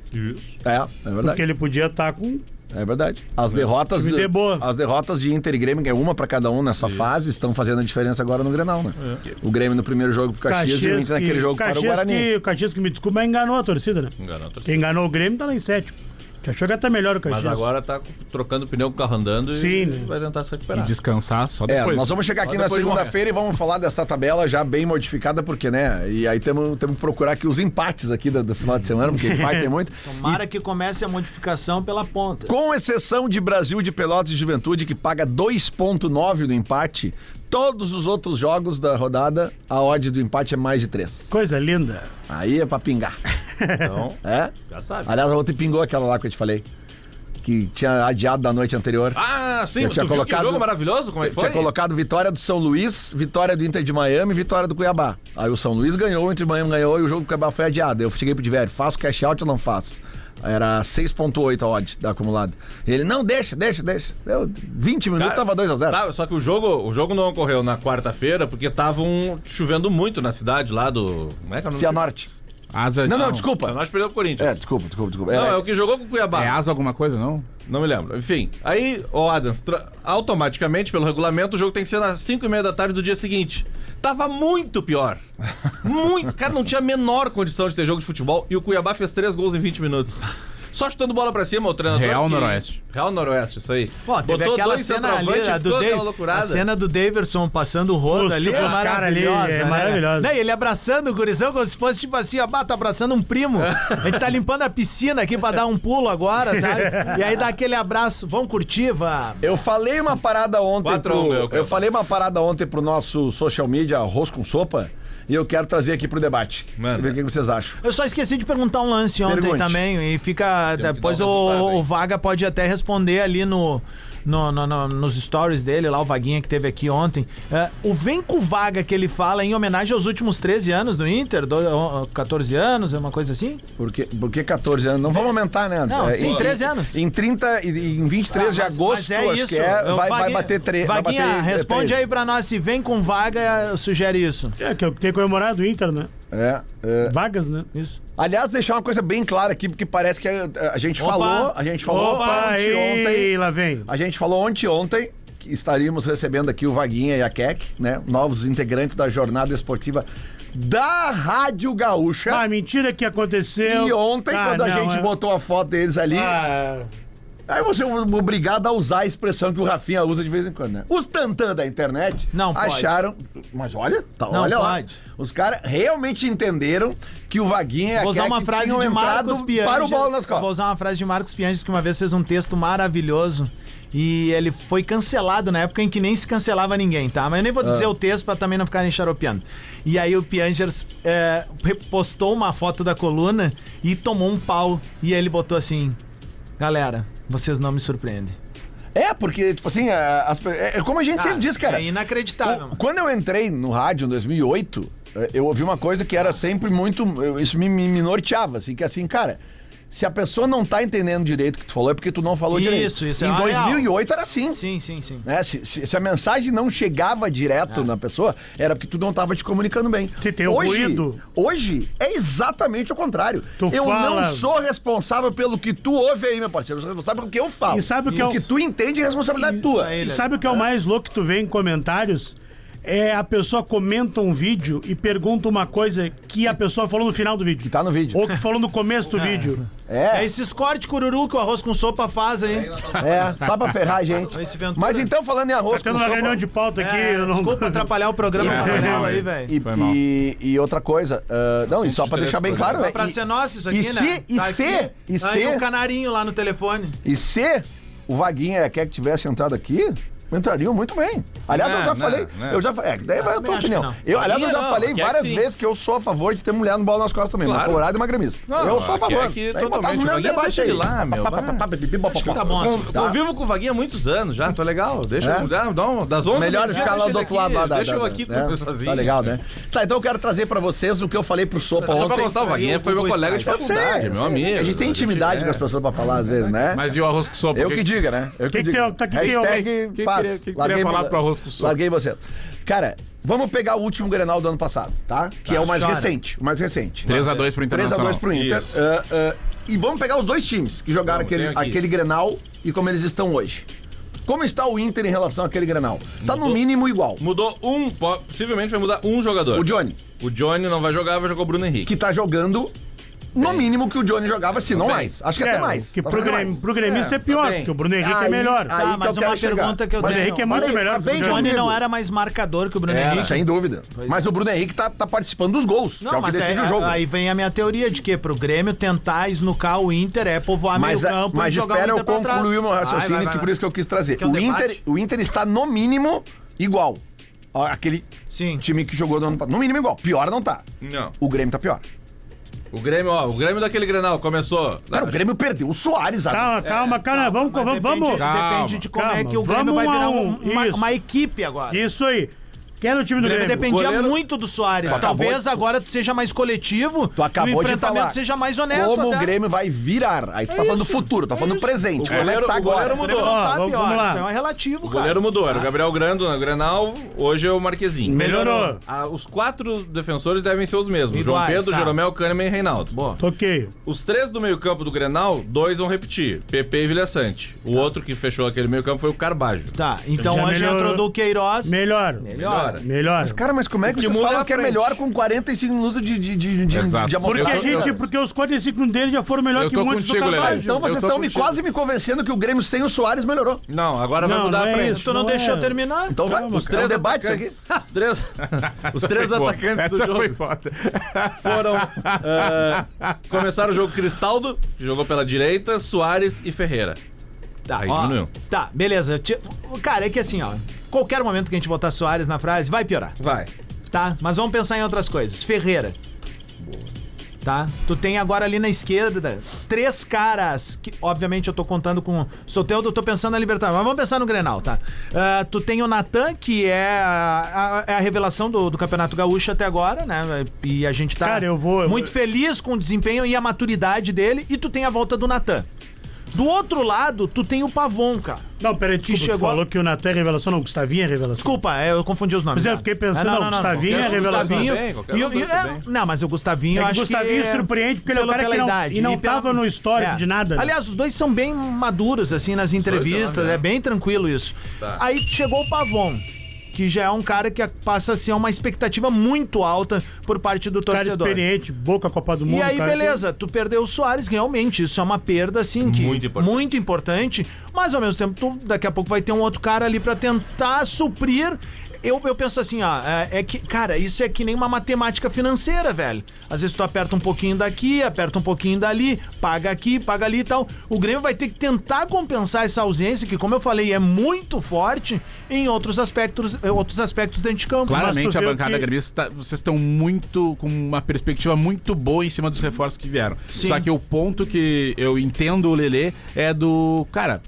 É, é verdade.
Porque ele podia estar com.
É verdade. As derrotas,
Time de boa.
as derrotas de Inter e Grêmio, que é uma pra cada um nessa fase, estão fazendo a diferença agora no Grenal, né?
É.
O Grêmio no primeiro jogo pro Caxias, e o Inter naquele jogo né? para o
Caxias
Guarani.
que, o Caxias que me desculpa, mas enganou a torcida, né?
Enganou a torcida.
Quem enganou o Grêmio tá lá em sétimo. Que achou que ia tá melhor o Caxias.
Mas agora tá trocando pneu com o carro andando
Sim,
e
né?
vai tentar se
E
recuperar.
descansar só
É,
depois.
nós vamos chegar aqui na
depois de morrer.
segunda-feira e vamos falar desta tabela já bem modificada, porque, né? E aí temos, temos que procurar aqui os empates aqui do, do final de semana, porque empate tem muito.
Então
Tomara que comece a modificação pela ponta.
Com exceção de Brasil de Pelotas e Juventude, que paga 2,9 no empate, todos os outros jogos da rodada, a odd do empate é mais de 3.
Coisa linda.
Aí é pra pingar.
Então,
É?
já sabe.
Aliás, a outra pingou aquela lá que eu te falei. Que tinha adiado da noite anterior.
Ah, sim,
Eu
tu
tinha
viu
colocado-
que jogo maravilhoso? Como é que foi?
Tinha colocado vitória do São Luís, vitória do Inter de Miami e vitória do Cuiabá. Aí o São Luís ganhou, o Inter de Miami ganhou e o jogo do Cuiabá foi adiado. Eu cheguei pro Diverio, faço cash out ou não faço? Era 6.8 a odd da acumulada. Ele, não, deixa, deixa, deixa. Deu 20 minutos,
Cara,
tava 2x0.
Tá, só que o jogo, o jogo não ocorreu na quarta-feira porque tava um- chovendo muito na cidade lá do. Como é que é o nome?
Cianorte.
Asa
Não, não,
Desculpa.
desculpa.
Nós perdemos pro Corinthians.
É, desculpa, desculpa, desculpa.
Não,
É,
é o que jogou com o Cuiabá.
É asa alguma coisa, não?
Não me lembro. Enfim, aí, ô Adams, tra- automaticamente, pelo regulamento, o jogo tem que ser nas 5 e meia da tarde do dia seguinte. Tava muito pior. Muito. Cara, não tinha a menor condição de ter jogo de futebol e o Cuiabá fez 3 gols em 20 minutos. Só chutando bola pra cima, o treinador.
Real
que-
Noroeste.
Real Noroeste, isso aí.
Pô, teve aquela cena ali,
centroavantes e
a do
ficou aquela
Dave-
loucurada.
a cena do Daverson passando o rodo
Os-
ali,
tipo,
é
os cara ali,
maravilhosa.
é
né?
maravilhosa.
Não, e ele abraçando o gurizão como se fosse tipo assim, ó, bah, tá abraçando um primo. A gente tá limpando a piscina aqui pra dar um pulo agora, sabe? E aí dá aquele abraço, vamos curtir, vá.
Eu falei uma parada ontem
Quatro a um
pro,
ganhou, cara.
Eu falei uma parada ontem pro nosso social media Arroz com Sopa e eu quero trazer aqui pro debate.
Manda.
Ver o que vocês acham.
Eu só esqueci de perguntar um lance ontem
Pergunte.
também. E fica.
que
Depois
dar um resultado,
o,
hein?
o Vaga pode até responder ali no, no- no- no- nos stories dele, lá o Vaguinha que teve aqui ontem. É, o Vem com Vaga que ele fala em homenagem aos últimos 13 anos do Inter, do, ó, 14 anos, é uma coisa assim?
Porque, porque 14 anos? Não vamos aumentar, né? Anderson?
Não,
É,
sim,
em-
13 anos.
Em 30 e e em 23 de
Ah, mas- mas
agosto, acho que é,
Eu-
vai, vai
Vaguinha-
bater 3.
Vaguinha, responde aí pra nós se Vem com Vaga sugere isso.
É, que é o que tem comemorado o Inter, né? Vagas, né?
Isso.
É, Aliás, deixar uma coisa bem clara aqui, porque parece que a, a gente
Opa.
falou, a gente falou
Opa,
ontem,
aí,
ontem,
lá vem.
a gente falou ontem, ontem que estaríamos recebendo aqui o Vaguinha e a Keck, né? Novos integrantes da jornada esportiva da Rádio Gaúcha.
Ah, mentira que aconteceu.
E ontem,
Ah,
quando a
não,
gente
é.
botou a foto deles ali,
Ah,
aí você é obrigado a usar a expressão que o Rafinha usa de vez em quando, né? Os tantã da internet
Não pode.
acharam. Mas olha, tá,
Não
olha
pode.
lá. Os caras realmente entenderam É, que o Vaguinha e a
Vou usar
Keke
uma frase
tinham
de
entrado
Marcos Pianges.
Para o bolo nas
Vou
costas.
usar uma frase de Marcos Pianges que uma vez fez um texto maravilhoso E ele foi cancelado na época em que nem se cancelava ninguém, tá? Mas eu nem
Ah.
vou dizer o texto pra também não ficarem xaropeando. E aí o Piangers é, postou uma foto da coluna e tomou um pau. E ele botou assim: Galera, vocês não me surpreendem.
É, porque, tipo assim, a- as pe- é, é como a gente sempre diz, cara.
É inacreditável.
O- Quando eu entrei no rádio em 2008, eh, eu ouvi uma coisa que era sempre muito. eu- Isso me, me, me norteava, assim, que assim, cara. Se a pessoa não tá entendendo direito o que tu falou, é porque tu não falou
Isso,
direito.
isso é
Em
uma real.
2008 era assim.
Sim, sim, sim.
Né? Se, se- se a mensagem não chegava direto
É.
na pessoa, era porque tu não tava te comunicando bem.
Te tem o ruído.
hoje é exatamente o contrário.
Tu
eu
fala-
não sou responsável pelo que tu ouve aí, meu parceiro. Eu sou responsável pelo que eu falo.
E sabe o que
é
é
o
o-
que tu entende é responsabilidade tua.
aí,
E
né?
sabe o que é o mais louco que tu vê em comentários? É a pessoa comenta um vídeo e pergunta uma coisa que a pessoa falou no final do vídeo.
Que tá no vídeo.
Ou que falou no começo do vídeo.
É.
É esses cortes cururu que o arroz com sopa faz aí.
É, só pra ferrar a gente.
Esse Ventura.
Mas então, falando em arroz,
Tá tendo
com
uma
sopa-
reunião de pauta aqui.
É,
eu não-
Desculpa atrapalhar o programa com a
foi mal,
panela aí,
hein?
velho.
e,
Foi mal.
e- e outra coisa, ah, não, e só pra deixar bem claro, né?
É pra
e-
ser nosso isso
e
aqui, né?
se- e
Tá aqui.
se- e
Tá aí
se-
um canarinho lá no telefone.
E se o Vaguinha quer que tivesse entrado aqui, entrariam muito bem. Aliás, eu
Não,
já
não,
falei.
não.
Eu já falei. É, que daí vai a
também
tua
acho que
opinião.
não.
Eu, aliás, eu
Vaguinha
já
não,
falei
aqui é
várias
sim.
vezes que eu sou a favor de ter mulher no bola nas costas também. Uma
Claro.
colorada e uma gremista. Eu sou a
aqui-
favor.
aqui
Aí
totalmente,
botar as mulheres no
Vaguinha,
debate
deixa
aí.
ele lá, meu,
Pá, pá, pá, pá, pá, pá, pá,
Acho que
pá.
tá bom assim.
Eu Convivo com o Vaguinha há muitos anos já, tô legal. Deixa
É?
eu dá, dá um, das 11
Melhor
em diante,
ficar lá
deixa
do
ele
outro lado. lá da-
Deixa
da-
eu aqui
da-
com
né?
sozinho.
Tá legal, né? Tá, então eu quero trazer pra vocês o que eu falei pro Sopa
Só pra
ontem.
constar, o Vaguinha foi meu colega de
Eu sei,
faculdade,
eu
meu
sei.
amigo.
A gente tem intimidade com as pessoas pra falar às vezes, né?
Mas e o arroz com sopa?
Eu
O
que diga, né? Eu
que que
diga.
tem- tá- que que tem-
Hashtag
que que
paz.
queria- que que
Larguei
queria falar
mo-
pro arroz com sopa?
Larguei você. Cara, vamos pegar o último Grenal do ano passado, tá? Que é o mais
chora.
recente, o mais recente.
3x2 pro
3x2
Internacional.
pro Inter.
Isso.
Ah, ah, e vamos pegar os dois times que jogaram
Vamos,
aquele,
tem aqui.
aquele Grenal e como eles estão hoje. Como está o Inter em relação àquele Grenal? Tá no mínimo igual.
Mudou um, po- possivelmente vai mudar um jogador.
O Johnny,
O Johnny não vai jogar, vai jogar o Bruno Henrique.
que tá jogando no mínimo que o Johnny jogava, se não
Bem.
mais. Acho que
É,
até mais.
Que
Tá
pro,
jogando
gremi-
mais.
pro gremista é, pior,
bem.
porque o Bruno Henrique
Aí-
é melhor.
aí
Tá,
que
mas
eu
uma
quero chegar.
pergunta que eu
Mas
tenho.
Henrique é muito
olha aí,
melhor
tá
que o
bem,
Johnny.
Johnny
comigo.
não é. era mais marcador que o Bruno
Era,
Henrique.
sem dúvida. Mas o Bruno Henrique tá, tá participando dos gols, que é
é. Não,
o que
mas
decide
é-
o jogo.
aí vem a minha teoria de que pro Grêmio tentar esnucar o Inter é povoar
mas
meio
a-
campo
mas
e jogar
espera
o
eu
Inter pra trás.
concluir o meu
Vai,
raciocínio,
vai, vai,
que por
vai.
isso que eu quis trazer.
Que é o
o, Inter,
debate.
o Inter está, no mínimo, igual. Ó, Aquele
Sim.
time que jogou no ano passado. No mínimo igual. Pior não tá.
Não.
O Grêmio tá pior.
O Grêmio, ó, o Grêmio daquele Grenal começou.
Cara, o Grêmio perdeu o
Tá,
Soares.
Calma,
Adams.
calma, calma. Vamos,
Mas
vamos.
depende,
vamos.
depende de como é
Calma,
que o Grêmio
vamos
vai
a
virar
um,
um- uma,
isso.
uma equipe agora.
Isso aí. Quem é o time
O
do
Grêmio
Grêmio?
dependia
goleiro-
muito do Soares.
acabou
Talvez
de-
agora tu seja mais coletivo,
Tá, Tu acabou
o
de
enfrentamento
falar.
seja mais honesto.
Como
até.
o Grêmio vai virar. Aí
É
tu tá falando do futuro, tá falando do presente. Como é que
goleiro-
tá
o goleiro
agora?
O
mudou.
Grêmio não
Ó,
tá
vamos-
pior.
vamos lá.
Isso é um relativo,
O
cara.
goleiro mudou, era o Gabriel Grando no Grenal, hoje é o Marquezinho.
Melhorou.
Ah, os quatro defensores devem ser os mesmos: João
Iguais,
Pedro,
tá.
Jeromel, Kahneman e Reinaldo.
Boa.
Toquei.
Os três do meio-campo do Grenal, dois vão repetir: PP e Vilha Sante. O outro que fechou aquele meio-campo foi o Carbajo.
Tá, então
Já
hoje
melhorou.
entrou do Queiroz.
Melhor.
Melhora.
Melhor.
Cara, mas como é que
que
vocês
muda é
falam
a
que é
frente.
melhor com 45 minutos de, de, de, de,
Exato.
de
Porque, a
amostrar?
gente, porque os 45 minutos dele já foram melhor
Eu
que
tô
muitos
contigo,
do
Lelé.
Carvalho.
Então
Eu
vocês
tô
estão me
contigo.
quase me convencendo que o Grêmio sem o Soares melhorou.
Não, agora vai
Não,
mudar
não
a
é
frente.
isso.
Tu não
Não
deixou
é.
terminar.
Tá,
Então vai,
Calma,
os
cara.
três debates aqui.
atacantes- Os três, os três
Foi boa.
atacantes do
Essa
jogo
foi foda.
foram. ah, começaram o jogo Cristaldo, que jogou pela direita, Soares e Ferreira.
Tá,
Aí
ó,
diminuiu.
Tá, beleza. Ti- Cara, é que assim, ó. Qualquer momento que a gente botar Soares na frase, vai piorar,
Vai.
tá? Mas vamos pensar em outras coisas. Ferreira. Tá? Tu tem agora ali na esquerda três caras que, obviamente, eu tô contando com. Soteldo, eu tô pensando na Libertadores, mas vamos pensar no Grenal, tá? Ah, tu tem o Natan, que é a, a- é a revelação do, do Campeonato Gaúcho até agora, né? E a gente tá
Cara, eu vou- eu-
muito feliz com o desempenho e a maturidade dele, e tu tem a volta do Natan. Do outro lado, tu tem o Pavon, cara.
Não, peraí,
Que
desculpa, tu
chegou-
falou que o Natan é revelação, não, o Gustavinho é revelação.
Desculpa, é, eu confundi os nomes.
Mas eu
cara.
fiquei pensando, não, Gustavinho
qualquer
é
um,
revelação.
Gustavinho,
Também, qualquer
e
um
eu-
dos dois
e- é,
também.
Não, mas o
É que
Gustavinho, eu
o
acho
Gustavinho
que...
surpreende porque ele é um
pela-
cara
pela
que não-
idade
e não
pela- é.
tava no histórico de nada, né?
Aliás, os dois são bem maduros, assim, nas entrevistas,
né? Tá.
é bem tranquilo isso. Aí chegou o Pavon, que já é um cara que passa a ser uma expectativa muito alta por parte do
cara
torcedor.
experiente, boca Copa do Mundo.
E aí,
cara que-
beleza, tu perdeu o Soares, realmente, isso é uma perda, assim, que
Muito importante.
muito importante, mas ao mesmo tempo, tu, daqui a pouco vai ter um outro cara ali pra tentar suprir eu, eu penso assim, ó, é, é que, cara, isso é que nem uma matemática financeira, velho. Às vezes tu aperta um pouquinho daqui, aperta um pouquinho dali, paga aqui, paga ali e tal. O Grêmio vai ter que tentar compensar essa ausência, que, como eu falei, é muito forte em outros aspectos, eh, outros aspectos dentro de campo.
Claramente
tu
a
vê
bancada
que-
gremista, tá- vocês estão muito com uma perspectiva muito boa em cima dos reforços que vieram.
Sim.
Só que o ponto que eu entendo o Lelê é do, cara,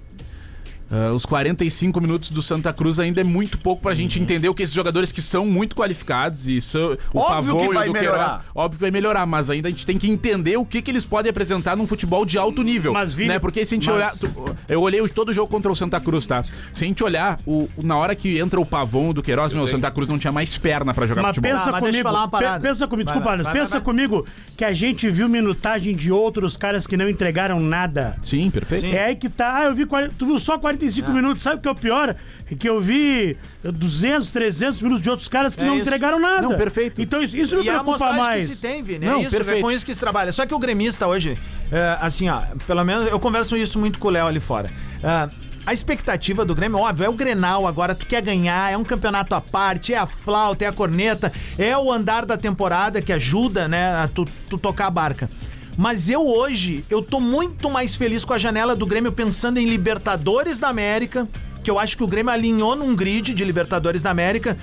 ah, os 45 minutos do Santa Cruz ainda é muito pouco pra gente entender o que esses jogadores que são muito qualificados e são o
Óbvio
Pavon
que
e o
vai
do
melhorar.
Queiroz, óbvio vai melhorar, mas ainda a gente tem que entender o que, que eles podem apresentar num futebol de alto nível,
Mas, Vini,
né? Porque se a gente
mas-
olhar, tu- eu olhei o- todo o jogo contra o Santa Cruz, tá? Se a gente olhar o, na hora que entra o Pavon e o do Queiroz, meu, o Santa Cruz não tinha mais perna pra jogar
Mas
futebol.
pensa
Ah, mas
comigo,
deixa eu falar uma
pe-
parada.
pensa comigo,
Vai
desculpa,
lá,
Alex,
vai lá,
pensa
vai.
comigo que a gente viu minutagem de outros caras que não entregaram nada.
Sim, perfeito.
É aí que tá. Ah, eu vi. 40 Tu viu só 45 minutos. Sabe o que é o pior? É que eu vi 200, 300 minutos de outros caras que
É
não
isso.
entregaram nada.
Não, perfeito.
Então isso, isso me
E é a
preocupa
amostragem
mais.
que se tem, Vini.
Não,
é isso,
perfeito.
é com isso que se trabalha. Só que o gremista hoje, é, assim, ó, pelo menos eu converso isso muito com o Léo ali fora. É, a expectativa do Grêmio, óbvio, é o Grenal agora, tu quer ganhar, é um campeonato à parte, é a flauta, é a corneta, é o andar da temporada que ajuda, né, a tu, tu tocar a barca. Mas eu hoje, eu tô muito mais feliz com a janela do Grêmio pensando em Libertadores da América, que eu acho que o Grêmio alinhou num grid de Libertadores da América,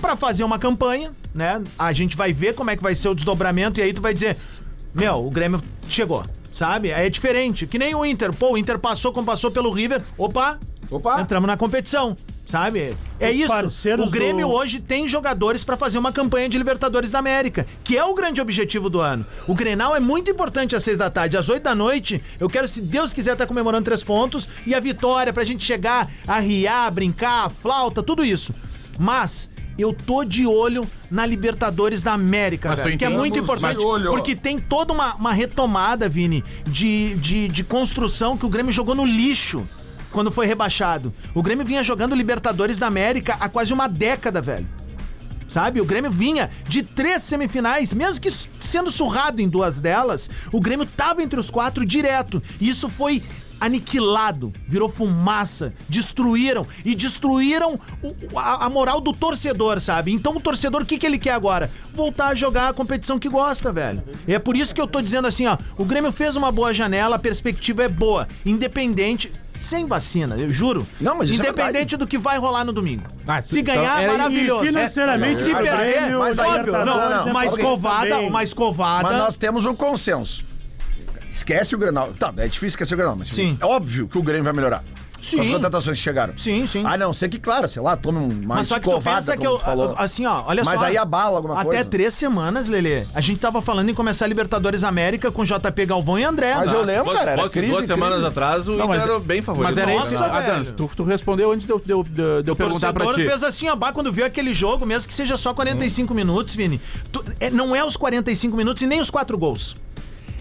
Pra fazer uma campanha, né? A gente vai ver como é que vai ser o desdobramento e aí tu vai dizer, meu, o Grêmio chegou, sabe? É diferente, que nem o Inter. Pô, o Inter passou como passou pelo River. Opa,
Opa.
entramos na competição. Sabe? É
Os
isso.
parceiros
O Grêmio
do-
hoje tem jogadores pra fazer uma campanha de Libertadores da América, que é o grande objetivo do ano. O Grenal é muito importante às seis da tarde. Às oito da noite, eu quero, se Deus quiser, estar comemorando três pontos e a vitória pra gente chegar a riar, brincar, flauta, tudo isso. Mas eu tô de olho na Libertadores da América,
Mas tu
velho, que é
entende?
muito importante.
de olho.
Porque tem toda uma, uma retomada, Vini, de, de, de construção que o Grêmio jogou no lixo quando foi rebaixado. O Grêmio vinha jogando Libertadores da América há quase uma década, velho. Sabe? O Grêmio vinha de três semifinais, mesmo que sendo surrado em duas delas, o Grêmio tava entre os quatro direto. E isso foi aniquilado, virou fumaça, destruíram e destruíram o- a, a moral do torcedor, sabe? Então o torcedor, o que, que ele quer agora? Voltar a jogar a competição que gosta, velho. E é por isso que eu tô dizendo assim, ó, o Grêmio fez uma boa janela, a perspectiva é boa, independente, sem vacina, eu juro.
Não, mas isso é
Independente do que vai rolar no domingo.
Ah,
Se
então,
ganhar,
é- e
maravilhoso.
E financeiramente,
Se
o
perder,
Grêmio,
mas
o
óbvio, não,
Libertadores
não,
é
uma
mas
porque
escovada,
também-
uma escovada.
Mas nós temos um consenso. Esquece o Grenal. Tá, é difícil esquecer o Grenal, mas
Sim.
é óbvio que o Grêmio vai melhorar. Com as
Sim.
contratações que chegaram.
Sim, sim.
A não ser que, claro, sei lá, tome uma
Mas só que tu pensa
escovada,
que
Ah, como
eu.
tu falou.
Assim, ó, olha
Mas
só.
aí abala alguma
Até
coisa.
três semanas, Lelê. A gente tava falando em começar a Libertadores América com JP Galvão e André. né?
Mas eu
Nossa,
lembro,
Tá, fosse,
cara, era
fosse
crise,
duas
crise.
semanas atrás, o
Então
Não,
Inter
mas-
era bem favorito.
Mas era
Nossa,
isso, a
velho.
Adans, tu, tu respondeu antes de eu, de eu- de eu- de eu
O
perguntar pra
torcedor
ti.
fez assim, ó, bah, quando viu aquele jogo, mesmo que seja só 45 minutos, Vini. tu- é, não é os 45 minutos e nem os quatro gols.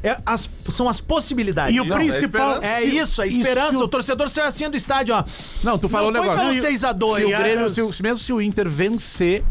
É as- são as possibilidades.
E o principal.
É isso, a
e se
esperança.
o-
O torcedor saiu assim do estádio, ó.
Não, tu falou
Não
um
foi
negócio.
pelo seis a dois,
se o
né?
Grêmio, se, o- se mesmo se o Inter vencer,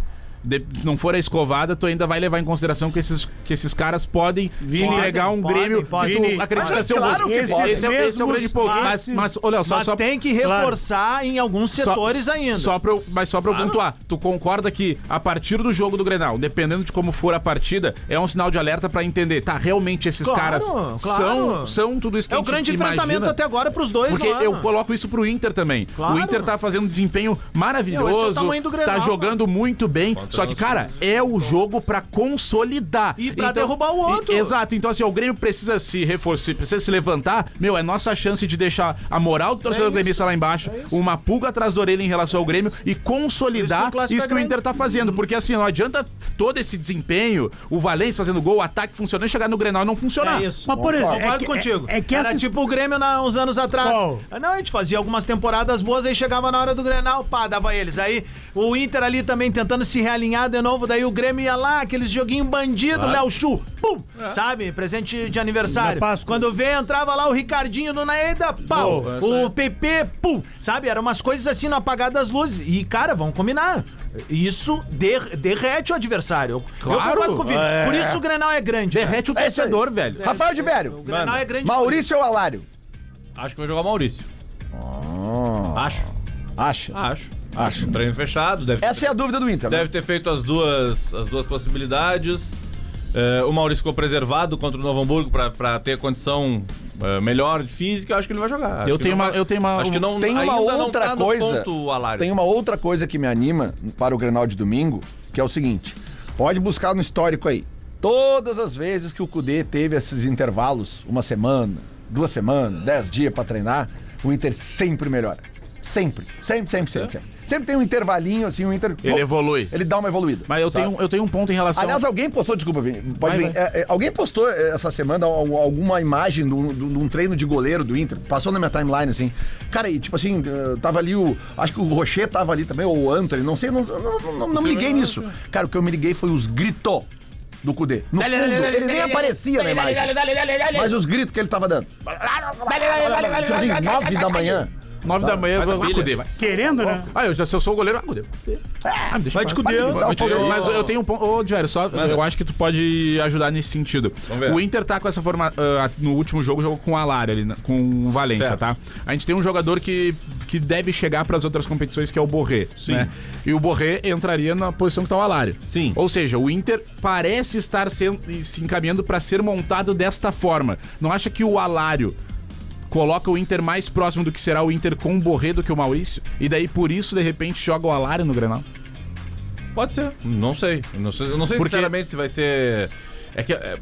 de- se não for a escovada, tu ainda vai levar em consideração que esses, que esses caras podem entregar um
podem,
Grêmio
podem. é
que
Vini,
tu acredita
mas
ser um
claro que
esse,
podem.
esse, é, esse é o grande ponto. Mas,
Esses
mas olha só,
mas
só
tem que
claro.
reforçar em alguns
Só-
setores ainda.
Só pra eu, mas só pra eu pontuar, tu concorda que a partir do jogo do Grenal, dependendo de como for a partida, é um sinal de alerta pra entender, tá, realmente esses
Claro,
caras
claro.
são, são tudo isso que
é
a
o
gente
grande enfrentamento
imagina.
até agora pros dois,
Porque
mano.
eu coloco isso pro Inter também.
Claro.
O Inter tá fazendo um desempenho
Meu, esse é o
maravilhoso,
tamanho do Grenal,
tá jogando muito bem. Só que, cara, é o jogo pra consolidar. Então,
E pra derrubar o outro.
e- exato. Então, assim, ó, o Grêmio precisa se reforçar, precisa se levantar. Meu, é nossa chance de deixar a moral do
É
torcedor gremista lá embaixo, uma pulga atrás da orelha em relação ao Grêmio e
Isso
consolidar
no
isso,
clássico é
que o
grande.
Inter tá fazendo. Porque, assim, não adianta todo esse desempenho, o Valencia fazendo gol, o ataque funcionando, chegar no Grenal e não funcionar.
É isso.
Mas, por exemplo,
Concordo
é que-
contigo.
é- é que
Era
essas-
tipo o Grêmio na- uns anos atrás.
Qual?
Ah, Não, a gente fazia algumas temporadas boas, aí chegava na hora do Grenal, pá, dava eles. Aí o Inter ali também tentando se realinhar de novo, daí o Grêmio ia lá, aqueles joguinho bandido, Léo Chu, pum, sabe? Presente de aniversário.
Da Páscoa.
Quando vê, entrava lá o Ricardinho no Naeda, pau. o PP, pum, sabe? Eram umas coisas assim no apagar das luzes. E, cara, vamos combinar. Isso der- derrete o adversário.
Claro.
Eu concordo com o Vini.
É.
Por isso o Grenal é grande. cara.
Derrete o torcedor, velho.
Rafael de
O
Velho,
Grenal é grande.
Maurício ou Alário?
Acho que vai jogar o Maurício. Acho.
Acha.
Ah.
Acho. Acho. Um treino fechado, deve
Essa é a dúvida do Inter. né?
Deve ter feito as duas, as duas possibilidades. É, o Maurício ficou preservado contra o Novo Hamburgo pra, pra ter condição é, melhor de física. Eu acho que ele vai jogar. Acho
Eu
que
tenho
não
uma-
vai-
eu tenho uma- um
Acho que não,
Tem uma
ainda não
outra
tá no
coisa.
Ponto, Alari.
Tem uma outra coisa que me anima para o Grenal de domingo, que é o seguinte: pode buscar no histórico aí. Todas as vezes que o Cudê teve esses intervalos, uma semana, duas semanas, dez dias para treinar, o Inter sempre melhora. Sempre, sempre, sempre,
É?
sempre, sempre. Sempre tem um intervalinho assim, o Inter.
Ele evolui.
Ele dá uma evoluída.
Mas eu
sabe?
tenho, eu tenho um ponto em relação.
Aliás, alguém postou, desculpa, Vini, pode
Vai,
vir.
vai.
É, é, alguém postou é, essa semana al- alguma imagem de um, de um- de um treino de goleiro do Inter. Passou na minha timeline, assim. Cara, e tipo assim, eh, tava ali o. Acho que o Rocher tava ali também, ou o Anthony, não sei, não, não, não- não me liguei nisso. Cara, o que eu me liguei foi os gritos do Cudê. No fundo, ele nem aparecia na imagem. Mas os gritos que ele tava dando. Tipo assim, 9 da manhã.
9 da manhã, vai
pilha.
acudir, vai.
Querendo, né?
Ah, eu já, se eu sou o goleiro, acudeu. Ah, me deixa
Vai
em paz.
te cuder,
Vai,
tá
vai
um
te cuder.
pouco-
Mas eu tenho um ponto. Ô, Diário, só eu acho que tu pode ajudar nesse sentido.
Vamos ver.
O Inter tá com essa forma. ah, no último jogo, jogou com o Alário ali, na- com o Valência,
Certo.
tá? A gente tem um jogador que, que deve chegar pras outras competições, que é o Borré. Sim. E o Borré entraria na posição que tá o Alário.
Sim.
Ou seja, o Inter parece estar sendo, se encaminhando pra ser montado desta forma. Não acha que o Alário coloca o Inter mais próximo do que será o Inter com o Borré do que o Maurício? E daí, por isso, de repente, joga o Alário no Grenal?
Pode ser. Não sei. Eu Não sei, eu não sei
Porque-
sinceramente se vai ser. É que. é,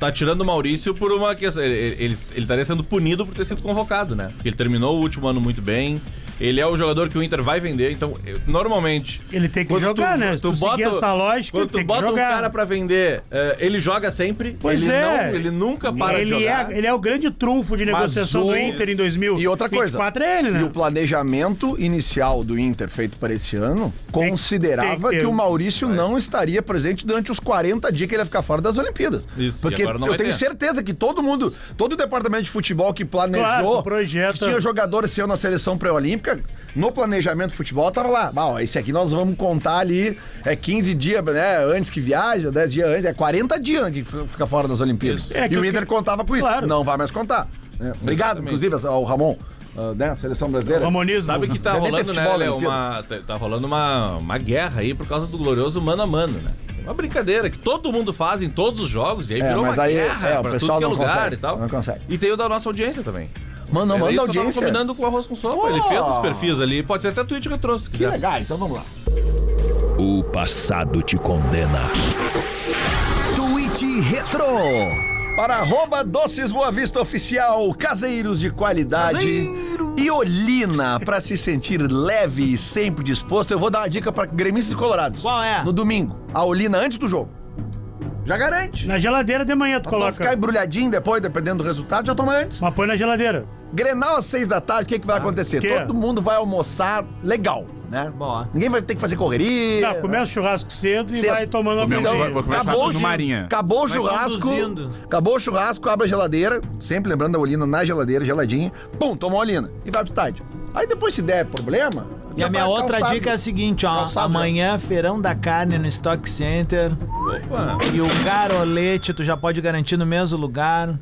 Tá tirando o Maurício por uma questão. Ele, ele, ele estaria sendo punido por ter sido convocado, né? Porque ele terminou o último ano muito bem. Ele é o jogador que o Inter vai vender, então, eu- normalmente.
Ele tem que
quando
jogar,
tu,
né? Se
Tu
tu seguir
bota,
essa lógica,
quando tu
tem que
bota um
jogar.
cara pra vender, eh, ele joga sempre.
Pois
ele
é.
Não, ele nunca para de
ele
jogar.
É, ele é o grande trunfo de negociação
o-
do Inter em 2000.
E outra coisa.
24 é ele, né?
E o planejamento inicial do Inter feito para esse ano
Tem- tem
considerava
que ter.
que o Maurício não estaria presente durante os 40 dias que ele ia ficar fora das Olimpíadas.
Isso, e
Porque
agora não
eu
vai
tenho
ter.
certeza que todo mundo, todo o departamento de futebol que planejou,
Claro, projeta.
que tinha jogador seu na seleção pré-olímpica, no planejamento de futebol tava lá, "Bah, ó, esse aqui nós vamos contar ali, é 15 dias, né, antes que viaja, 10 dias antes, é 40 dias né, que f- fica fora das Olimpíadas.
É,
e
que-
o Inter contava com isso.
Claro.
Não vai mais contar. né? Obrigado,
Exatamente.
inclusive, ao Ramon, ah, né, seleção brasileira.
Ramonismo.
Sabe que tá
Deve nem ter
rolando, né,
futebol,
Léo,
né,
uma, tá, tá rolando uma, uma guerra aí por causa do glorioso mano a mano, né? É Uma brincadeira que todo mundo faz em todos os jogos, e aí
É,
virou
mas
uma
aí,
guerra
é, o
pra
pessoal
tudo que
não
é lugar
consegue,
e tal.
não consegue.
E tem o da nossa audiência também.
Manda,
É
Era
manda
isso que eu tava
audiência.
combinando com o Arroz com Sopa, ele fez os perfis ali, pode ser até Twitch Retrô, se quiser.
legal, então vamos lá.
O passado te condena.
Twitch Retro. Para arroba Doces Boa Vista Oficial, caseiros de qualidade. E Olina, para se sentir leve e sempre disposto, eu vou dar uma dica para gremistas e colorados.
Qual é?
No domingo, a Olina antes do jogo. Já garante.
Na geladeira de manhã tu
Pra não ficar
coloca.
embrulhadinho depois, dependendo do resultado, já toma antes.
Mas põe na geladeira.
Grenal às seis da tarde, o que, que vai acontecer?
que?
Todo mundo vai almoçar legal, né?
Bom,
Ninguém vai ter que fazer correria.
Tá, começa o churrasco cedo e
É, Cedo.
vai tomando
Comeu um
uma
churrasco, vou comer
Então, Acabou
churrasco
o
no
gi-
Marinha.
Acabou o
Vai
churrasco.
conduzindo.
Acabou o churrasco, abre a geladeira. Sempre lembrando da olina na geladeira, geladinha. Pum, toma a olina e vai pro estádio. Aí depois, se der problema.
E a
já
minha
vai
outra
calçado.
dica é a seguinte, ó.
Calçado,
amanhã, é feirão da carne no Stock Center.
Opa.
E o garolete, tu já pode garantir no mesmo lugar.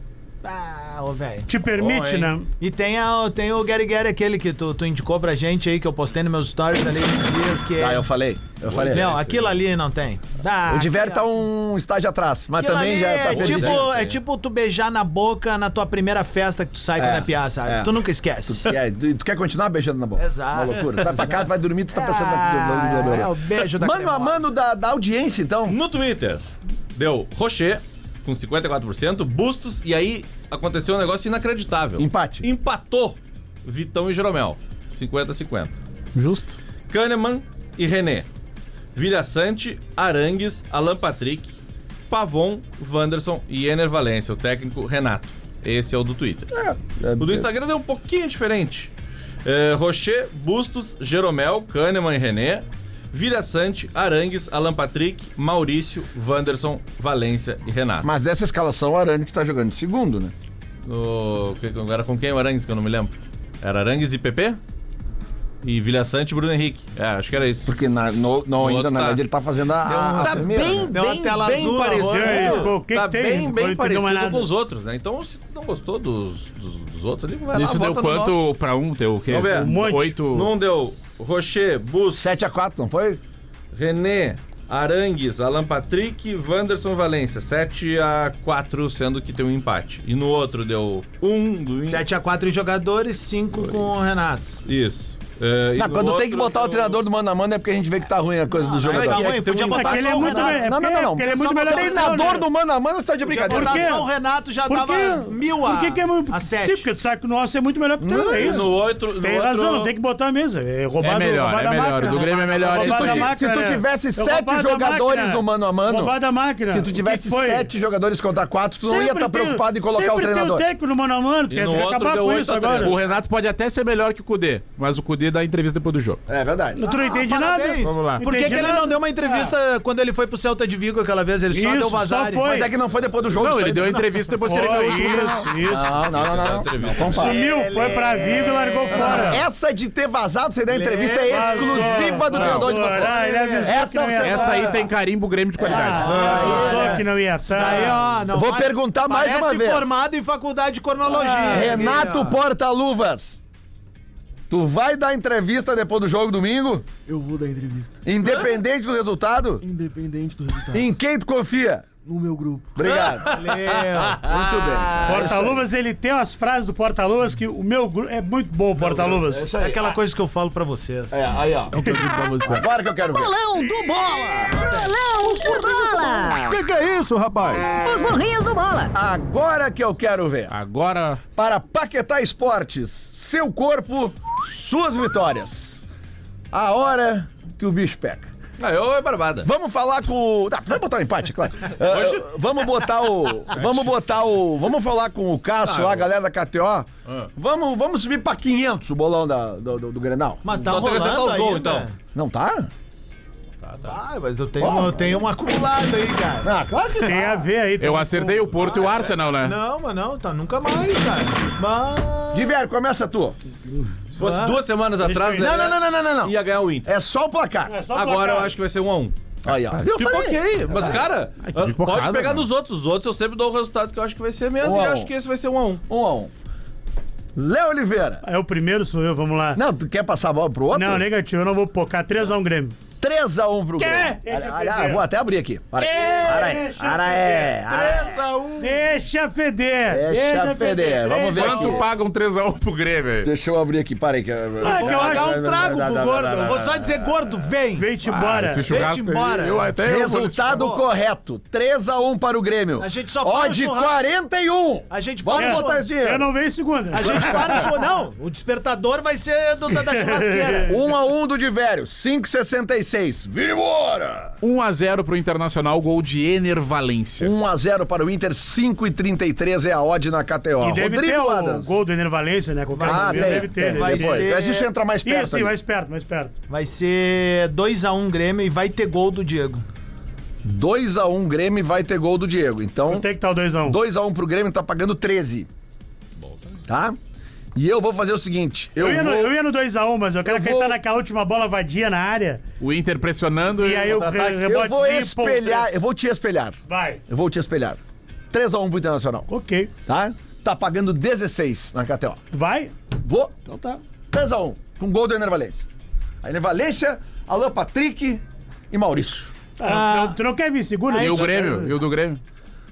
Ah, ô, velho.
Te permite,
hein?
né?
E tem, a, tem o Gary Gary, aquele que tu, tu indicou pra gente aí, que eu postei nos meus stories ali esses dias, que
Ah,
é...
eu falei. Eu falei.
Não, é aquilo ali não tem. Ah,
o Diver
aquilo-
tá um estágio atrás, mas
aquilo
também
ali
já tá
é
perdido.
tipo,
né?
é tipo tu beijar na boca na tua primeira festa que tu sai com a piada, sabe?
é.
Tu nunca esquece.
E aí, É, tu, tu quer continuar beijando na boca?
Exato.
Uma loucura. Vai pra casa, vai dormir, tu tá pensando
Ah,
na.
é o beijo da
Mano a
cremosa.
mano da, da audiência, então.
No Twitter, deu Rocher com 54%, Bustos, e aí aconteceu um negócio inacreditável.
Empate.
Empatou Vitão e Jeromel, 50-50.
Justo.
Kahneman e René. Vilhaçante, Arangues, Alan Patrick, Pavon, Wanderson e Ener Valência, o técnico Renato. Esse é o do Twitter.
É,
O do Instagram é um pouquinho diferente. É, Rocher, Bustos, Jeromel, Kahneman e René, Vilhaçante, Arangues, Alan Patrick, Maurício, Wanderson, Valência e Renato.
Mas dessa escalação, o Arantes tá jogando de segundo, né?
O, que- era com quem o Arangues, que eu não me lembro? Era Arangues e PP? E Vilhaçante e Bruno Henrique. É, acho que era isso.
Porque na, no, no-
outro
ainda, na
tá.
verdade, ele tá fazendo a.
um
a- a
Tá
primeira,
bem,
né?
Deu uma
bem,
tela
bem
azul na
parecido.
roda. E aí, ficou, o que
tá
que tem?
bem,
Ficou,
bem
ele entendeu mais
parecido
nada.
com os outros, né? Então, se tu não gostou dos, dos, dos outros ali, vai lá,
Isso deu
vota Tá, no
quanto
nosso.
pra um teu? O quê?
Vamos ver.
Um
monte.
Oito.
Num deu Rocher, Bus,
7x4, não foi?
René, Arangues, Alan Patrick, Wanderson Valência. 7x4, sendo que tem um empate. E no outro deu 1 um do
7x4 em jogadores, 5 com o Renato.
Isso. É, e
Não,
no
quando tem que
outro
botar o
deu-
treinador do mano a mano é porque a gente vê que tá ruim a coisa do jogador.
calma
É
aí,
que
podia
tem um
botar
empate.
Ele Ah, é
só o
muito
Renato.
melhor.
Não, não, não, não.
Ele é muito melhor.
Treinador do mano a mano, você tá de
Podia
brincadeira.
Por quê?
botar só o Renato já
Por quê?
dava mil a,
Por que que é muito...
a
Sim,
sete.
porque tu sabe que o nosso é muito melhor que o teu, é
E
isso.
um. no outro. No
Tem
outro,
razão, tem que botar a mesa. É roubado,
É melhor,
roubado
é
a
melhor.
máquina.
O do Grêmio é melhor, é isso
Roubado
aí.
a máquina,
Se tu
né?
tivesse
É
sete
roubado a
jogadores
máquina.
no mano a mano,
Roubado a máquina.
Se
O
tu
que
tivesse
foi?
sete jogadores contra quatro, tu não ia
Sempre
estar
tem-
preocupado em colocar o treinador.
Sempre tem o técnico no mano a mano, tu
E
quer
no
tu quer
outro
acabar
deu
com
oito
isso
a três.
agora.
O Renato pode até ser melhor que o Cudê, mas o Cudê dá entrevista depois do jogo.
É verdade.
Tu não entende nada.
Parabéns.
Vamos lá.
Por que,
Entendi
que ele
nada.
não deu uma entrevista quando ele foi pro Celta de Vigo aquela vez? Ele só
Isso,
deu
só
vazar.
foi.
Mas é que não foi depois do jogo.
Não,
isso
ele
aí.
deu a entrevista depois que ele ganhou o
Foi,
último.
isso, isso.
Não,
um
não, não, não.
entrevista.
Não compara.
Sumiu, foi pra Vigo e largou fora.
Essa de ter vazado, você da entrevista é
Vazou,
exclusiva do treinador de
vazou. Ah, ele
vocês.
avisou que não ia
tá-
dar.
Essa aí tem carimbo Grêmio de qualidade.
Ah,
Ah, Só que não ia tá.
Aí,
estar.
ó, não
Vou
vale.
perguntar mais
Parece
uma vez. É,
formado em faculdade de cornologia.
Renato
Aqui, ó.
Porta-Luvas. Tu vai dar entrevista depois do jogo domingo?
Eu vou dar entrevista,
Independente do resultado?
independente do resultado,
Em quem tu confia?
no meu grupo. Ah.
Obrigado. Muito bem.
Porta-luvas, ele tem umas frases do Porta-luvas que o meu grupo. É muito bom o Porta-luvas.
É aquela coisa que eu falo pra vocês.
É, aí, ó.
É o que eu digo pra você.
Agora que eu quero ver.
Bolão do Bola! Bolão do Bola!
Que que é isso, rapaz?
Os burrinhos do Bola!
Agora que eu quero ver.
Agora.
Para Paquetá Esportes, seu corpo, suas vitórias. A hora que o bicho pega.
Ah, eu é barbada.
Vamos falar com. o- Ah, vai botar o empate, claro. Ah, vamos botar o. Vamos botar o. Vamos falar com o Cássio, lá, a galera da KTO. Vamos, vamos subir pra 500 o bolão da- do, do, do Grenal.
Mas tá
Então tem que acertar
rolando
os gols,
ainda.
então. Tá.
Não tá?
Ah, mas eu tenho, eu tenho um acumulado aí, cara.
Ah, claro que
Tem a ver aí.
Eu acertei o Porto e o Arsenal, né?
Não, mas não, tá nunca mais, cara. Mas...
Diver, começa tu.
Se fosse
Ah,
duas semanas atrás, né?
Não, não, não, não, não, não, não.
Ia ganhar o Inter.
É só o placar.
Agora eu acho que vai ser um a um.
Aí, ó. Eu
Tipo,
falei.
ok. Mas, cara,
que
ah,
pipocada,
pode pegar
mano.
nos outros. Os outros eu sempre dou o resultado que eu acho que vai ser mesmo.
Um
e
a um.
acho que esse vai ser um a um.
Um a um. Léo Oliveira.
É o primeiro, sou eu, vamos lá.
Não, tu quer passar a bola pro outro?
Não, negativo, eu não vou pocar. 3x1 Grêmio.
3x1 pro Grêmio.
Deixa eu
Olha,
ver.
olha, vou até abrir aqui. Para aí.
Deixa eu
Para aí. Para aí.
Deixa feder!
Deixa feder. Vamos ver aqui.
Quanto pagam 3x1 pro Grêmio?
Deixa eu abrir aqui, para aí. Que...
Ah, que eu
Vou dar
acho.
um trago pro gordo. Eu vou só dizer, gordo, vem.
Vem te embora.
Ah, Esse churrasco
embora.
aí, eu até eu vou-
Resultado correto. 3x1 para o Grêmio.
A gente só para o
Odd
churrasco.
41.
A gente
Vamos
para o
um. botar esse
Eu
dinheiro.
não venho em segunda.
A gente para o show. Não, o despertador vai ser do, da, da churrasqueira.
1x1 do Divério. 5,66. Vira embora.
1x0 pro Internacional, gol de Ener Valência.
1x0 para o Inter. 5,33 é a odd na KTO.
E deve ter
Rodrigo
o
Adams.
gol do Ener Valência, né? Qualquer
Ah,
coisa,
tem.
deve ter.
tem,
deve
Vai
depois.
ter.
ser-
A gente entra mais perto.
Isso, sim,
ali.
mais perto, mais perto.
Vai ser 2x1 Grêmio e vai ter gol do Diego.
2x1 Grêmio e vai ter gol do Diego. Então,
Tem que estar o 2x1.
2x1 pro Grêmio tá pagando 13. Tá? E eu vou fazer o seguinte: eu,
Eu, ia no-
vou.
eu ia no 2x1, mas eu
Eu
quero acreditar
vou-
naquela última bola vadia na área.
O Inter pressionando
E aí
Tá,
o
contra-ataque.
re-
eu vou
rebotezinho, pô,
espelhar,
três.
eu vou te espelhar.
Vai.
Eu vou te espelhar. 3x1 pro Internacional,
Ok.
tá? Tá pagando 16 na KTO.
Vai.
Vou.
Então tá.
3x1. Com gol do Ener Valência. A Ener Valência, Alan Patrick e Maurício.
Ah, não- tu não quer vir em segunda?
E o Grêmio, e o do Grêmio.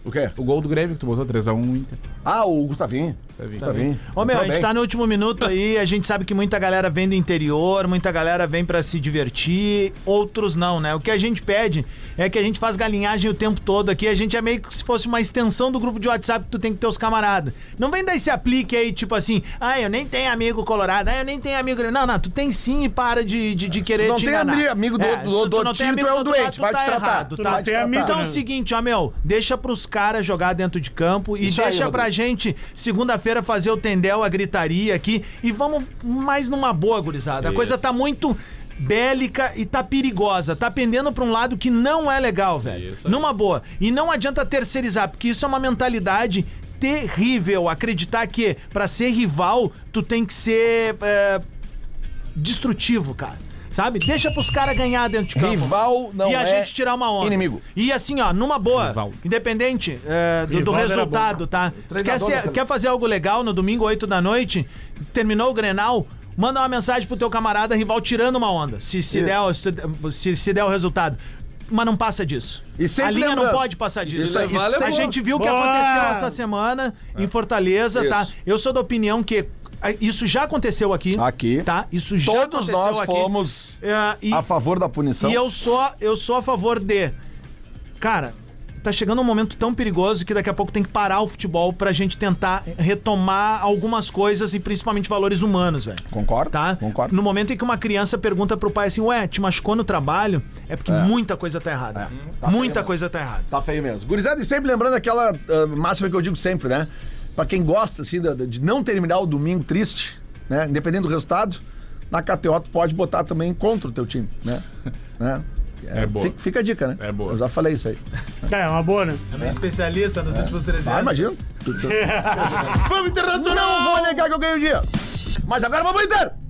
O quê?
O gol do Grêmio que tu botou 3x1 no Inter.
Ah, o Gustavinho. Gustavinho.
Ô meu, a gente
Também.
tá no último minuto aí, a gente sabe que muita galera vem do interior, muita galera vem pra se divertir, outros não, né? O que a gente pede é que a gente faz galinhagem o tempo todo aqui, a gente é meio que se fosse uma extensão do grupo de WhatsApp que tu tem que ter os camaradas. Não vem daí se aplique aí, tipo assim, ah, eu nem tenho amigo colorado, ah, eu nem tenho amigo... Não, não, tu tem sim e para de, de, de querer
não
te
tem
enganar.
ami- amigo do- do-
se tu
do
não tem
time,
amigo
tu é um
do outro lado,
doente,
tu
vai te
tá
tratar.
errado,
Tu
tá?
não tem amigo,
Então é
né?
o seguinte, ó, meu, deixa pros caras jogar dentro de campo e
Isso aí,
deixa pra
Rodrigo.
gente, segunda-feira, fazer o Tendel, a gritaria aqui. E vamos mais numa boa, gurizada. A coisa tá muito bélica e tá perigosa. Tá pendendo pra um lado que não é legal, velho. Numa boa. E não adianta terceirizar, porque isso é uma mentalidade terrível. Acreditar que pra ser rival, tu tem que ser é, destrutivo, cara. Sabe? Deixa pros caras ganhar dentro de campo.
Rival não
E a
é
gente tirar uma onda.
inimigo.
E assim, ó, numa boa,
Rival.
independente é, do, do
Rival era
resultado, tá? Tu Quer, ser- quer fazer algo legal no domingo, 8 da noite? Terminou o Grenal? Manda uma mensagem pro teu camarada rival tirando uma onda. Se, se, der, o- se, se- se der o resultado. Mas não passa disso.
E sempre
a linha
lembrando,
não pode passar disso.
isso aí, é e
a
sempre-
gente viu o que
Boa!
aconteceu essa semana em Fortaleza, tá? Eu sou da opinião que ah, isso já aconteceu aqui.
Aqui.
Tá? Isso já
Todos
aconteceu
nós
aqui.
fomos
É, e-
a favor da punição.
e eu sou, eu sou a favor de. Cara, tá chegando um momento tão perigoso que daqui a pouco tem que parar o futebol pra gente tentar retomar algumas coisas e principalmente valores humanos, velho.
Concordo,
Tá?
concordo.
No momento em que uma criança pergunta pro pai assim, ué, te machucou no trabalho? É porque muita coisa tá errada. muita coisa tá errada.
Tá feio mesmo. Gurizada, e sempre lembrando aquela ah, máxima que eu digo sempre, né? Pra quem gosta, assim, da- da- de não terminar o domingo triste, né? Independente do resultado, na KTO tu pode botar também contra o teu time, né? né? É,
boa.
Fica, fica a dica, né?
É boa.
Eu já falei isso aí.
É, é uma boa, né?
Também especialista nos últimos três
Ah, imagina. Vamos internacional! Não vou negar que eu ganho o dia. Mas agora vamos pro Inter!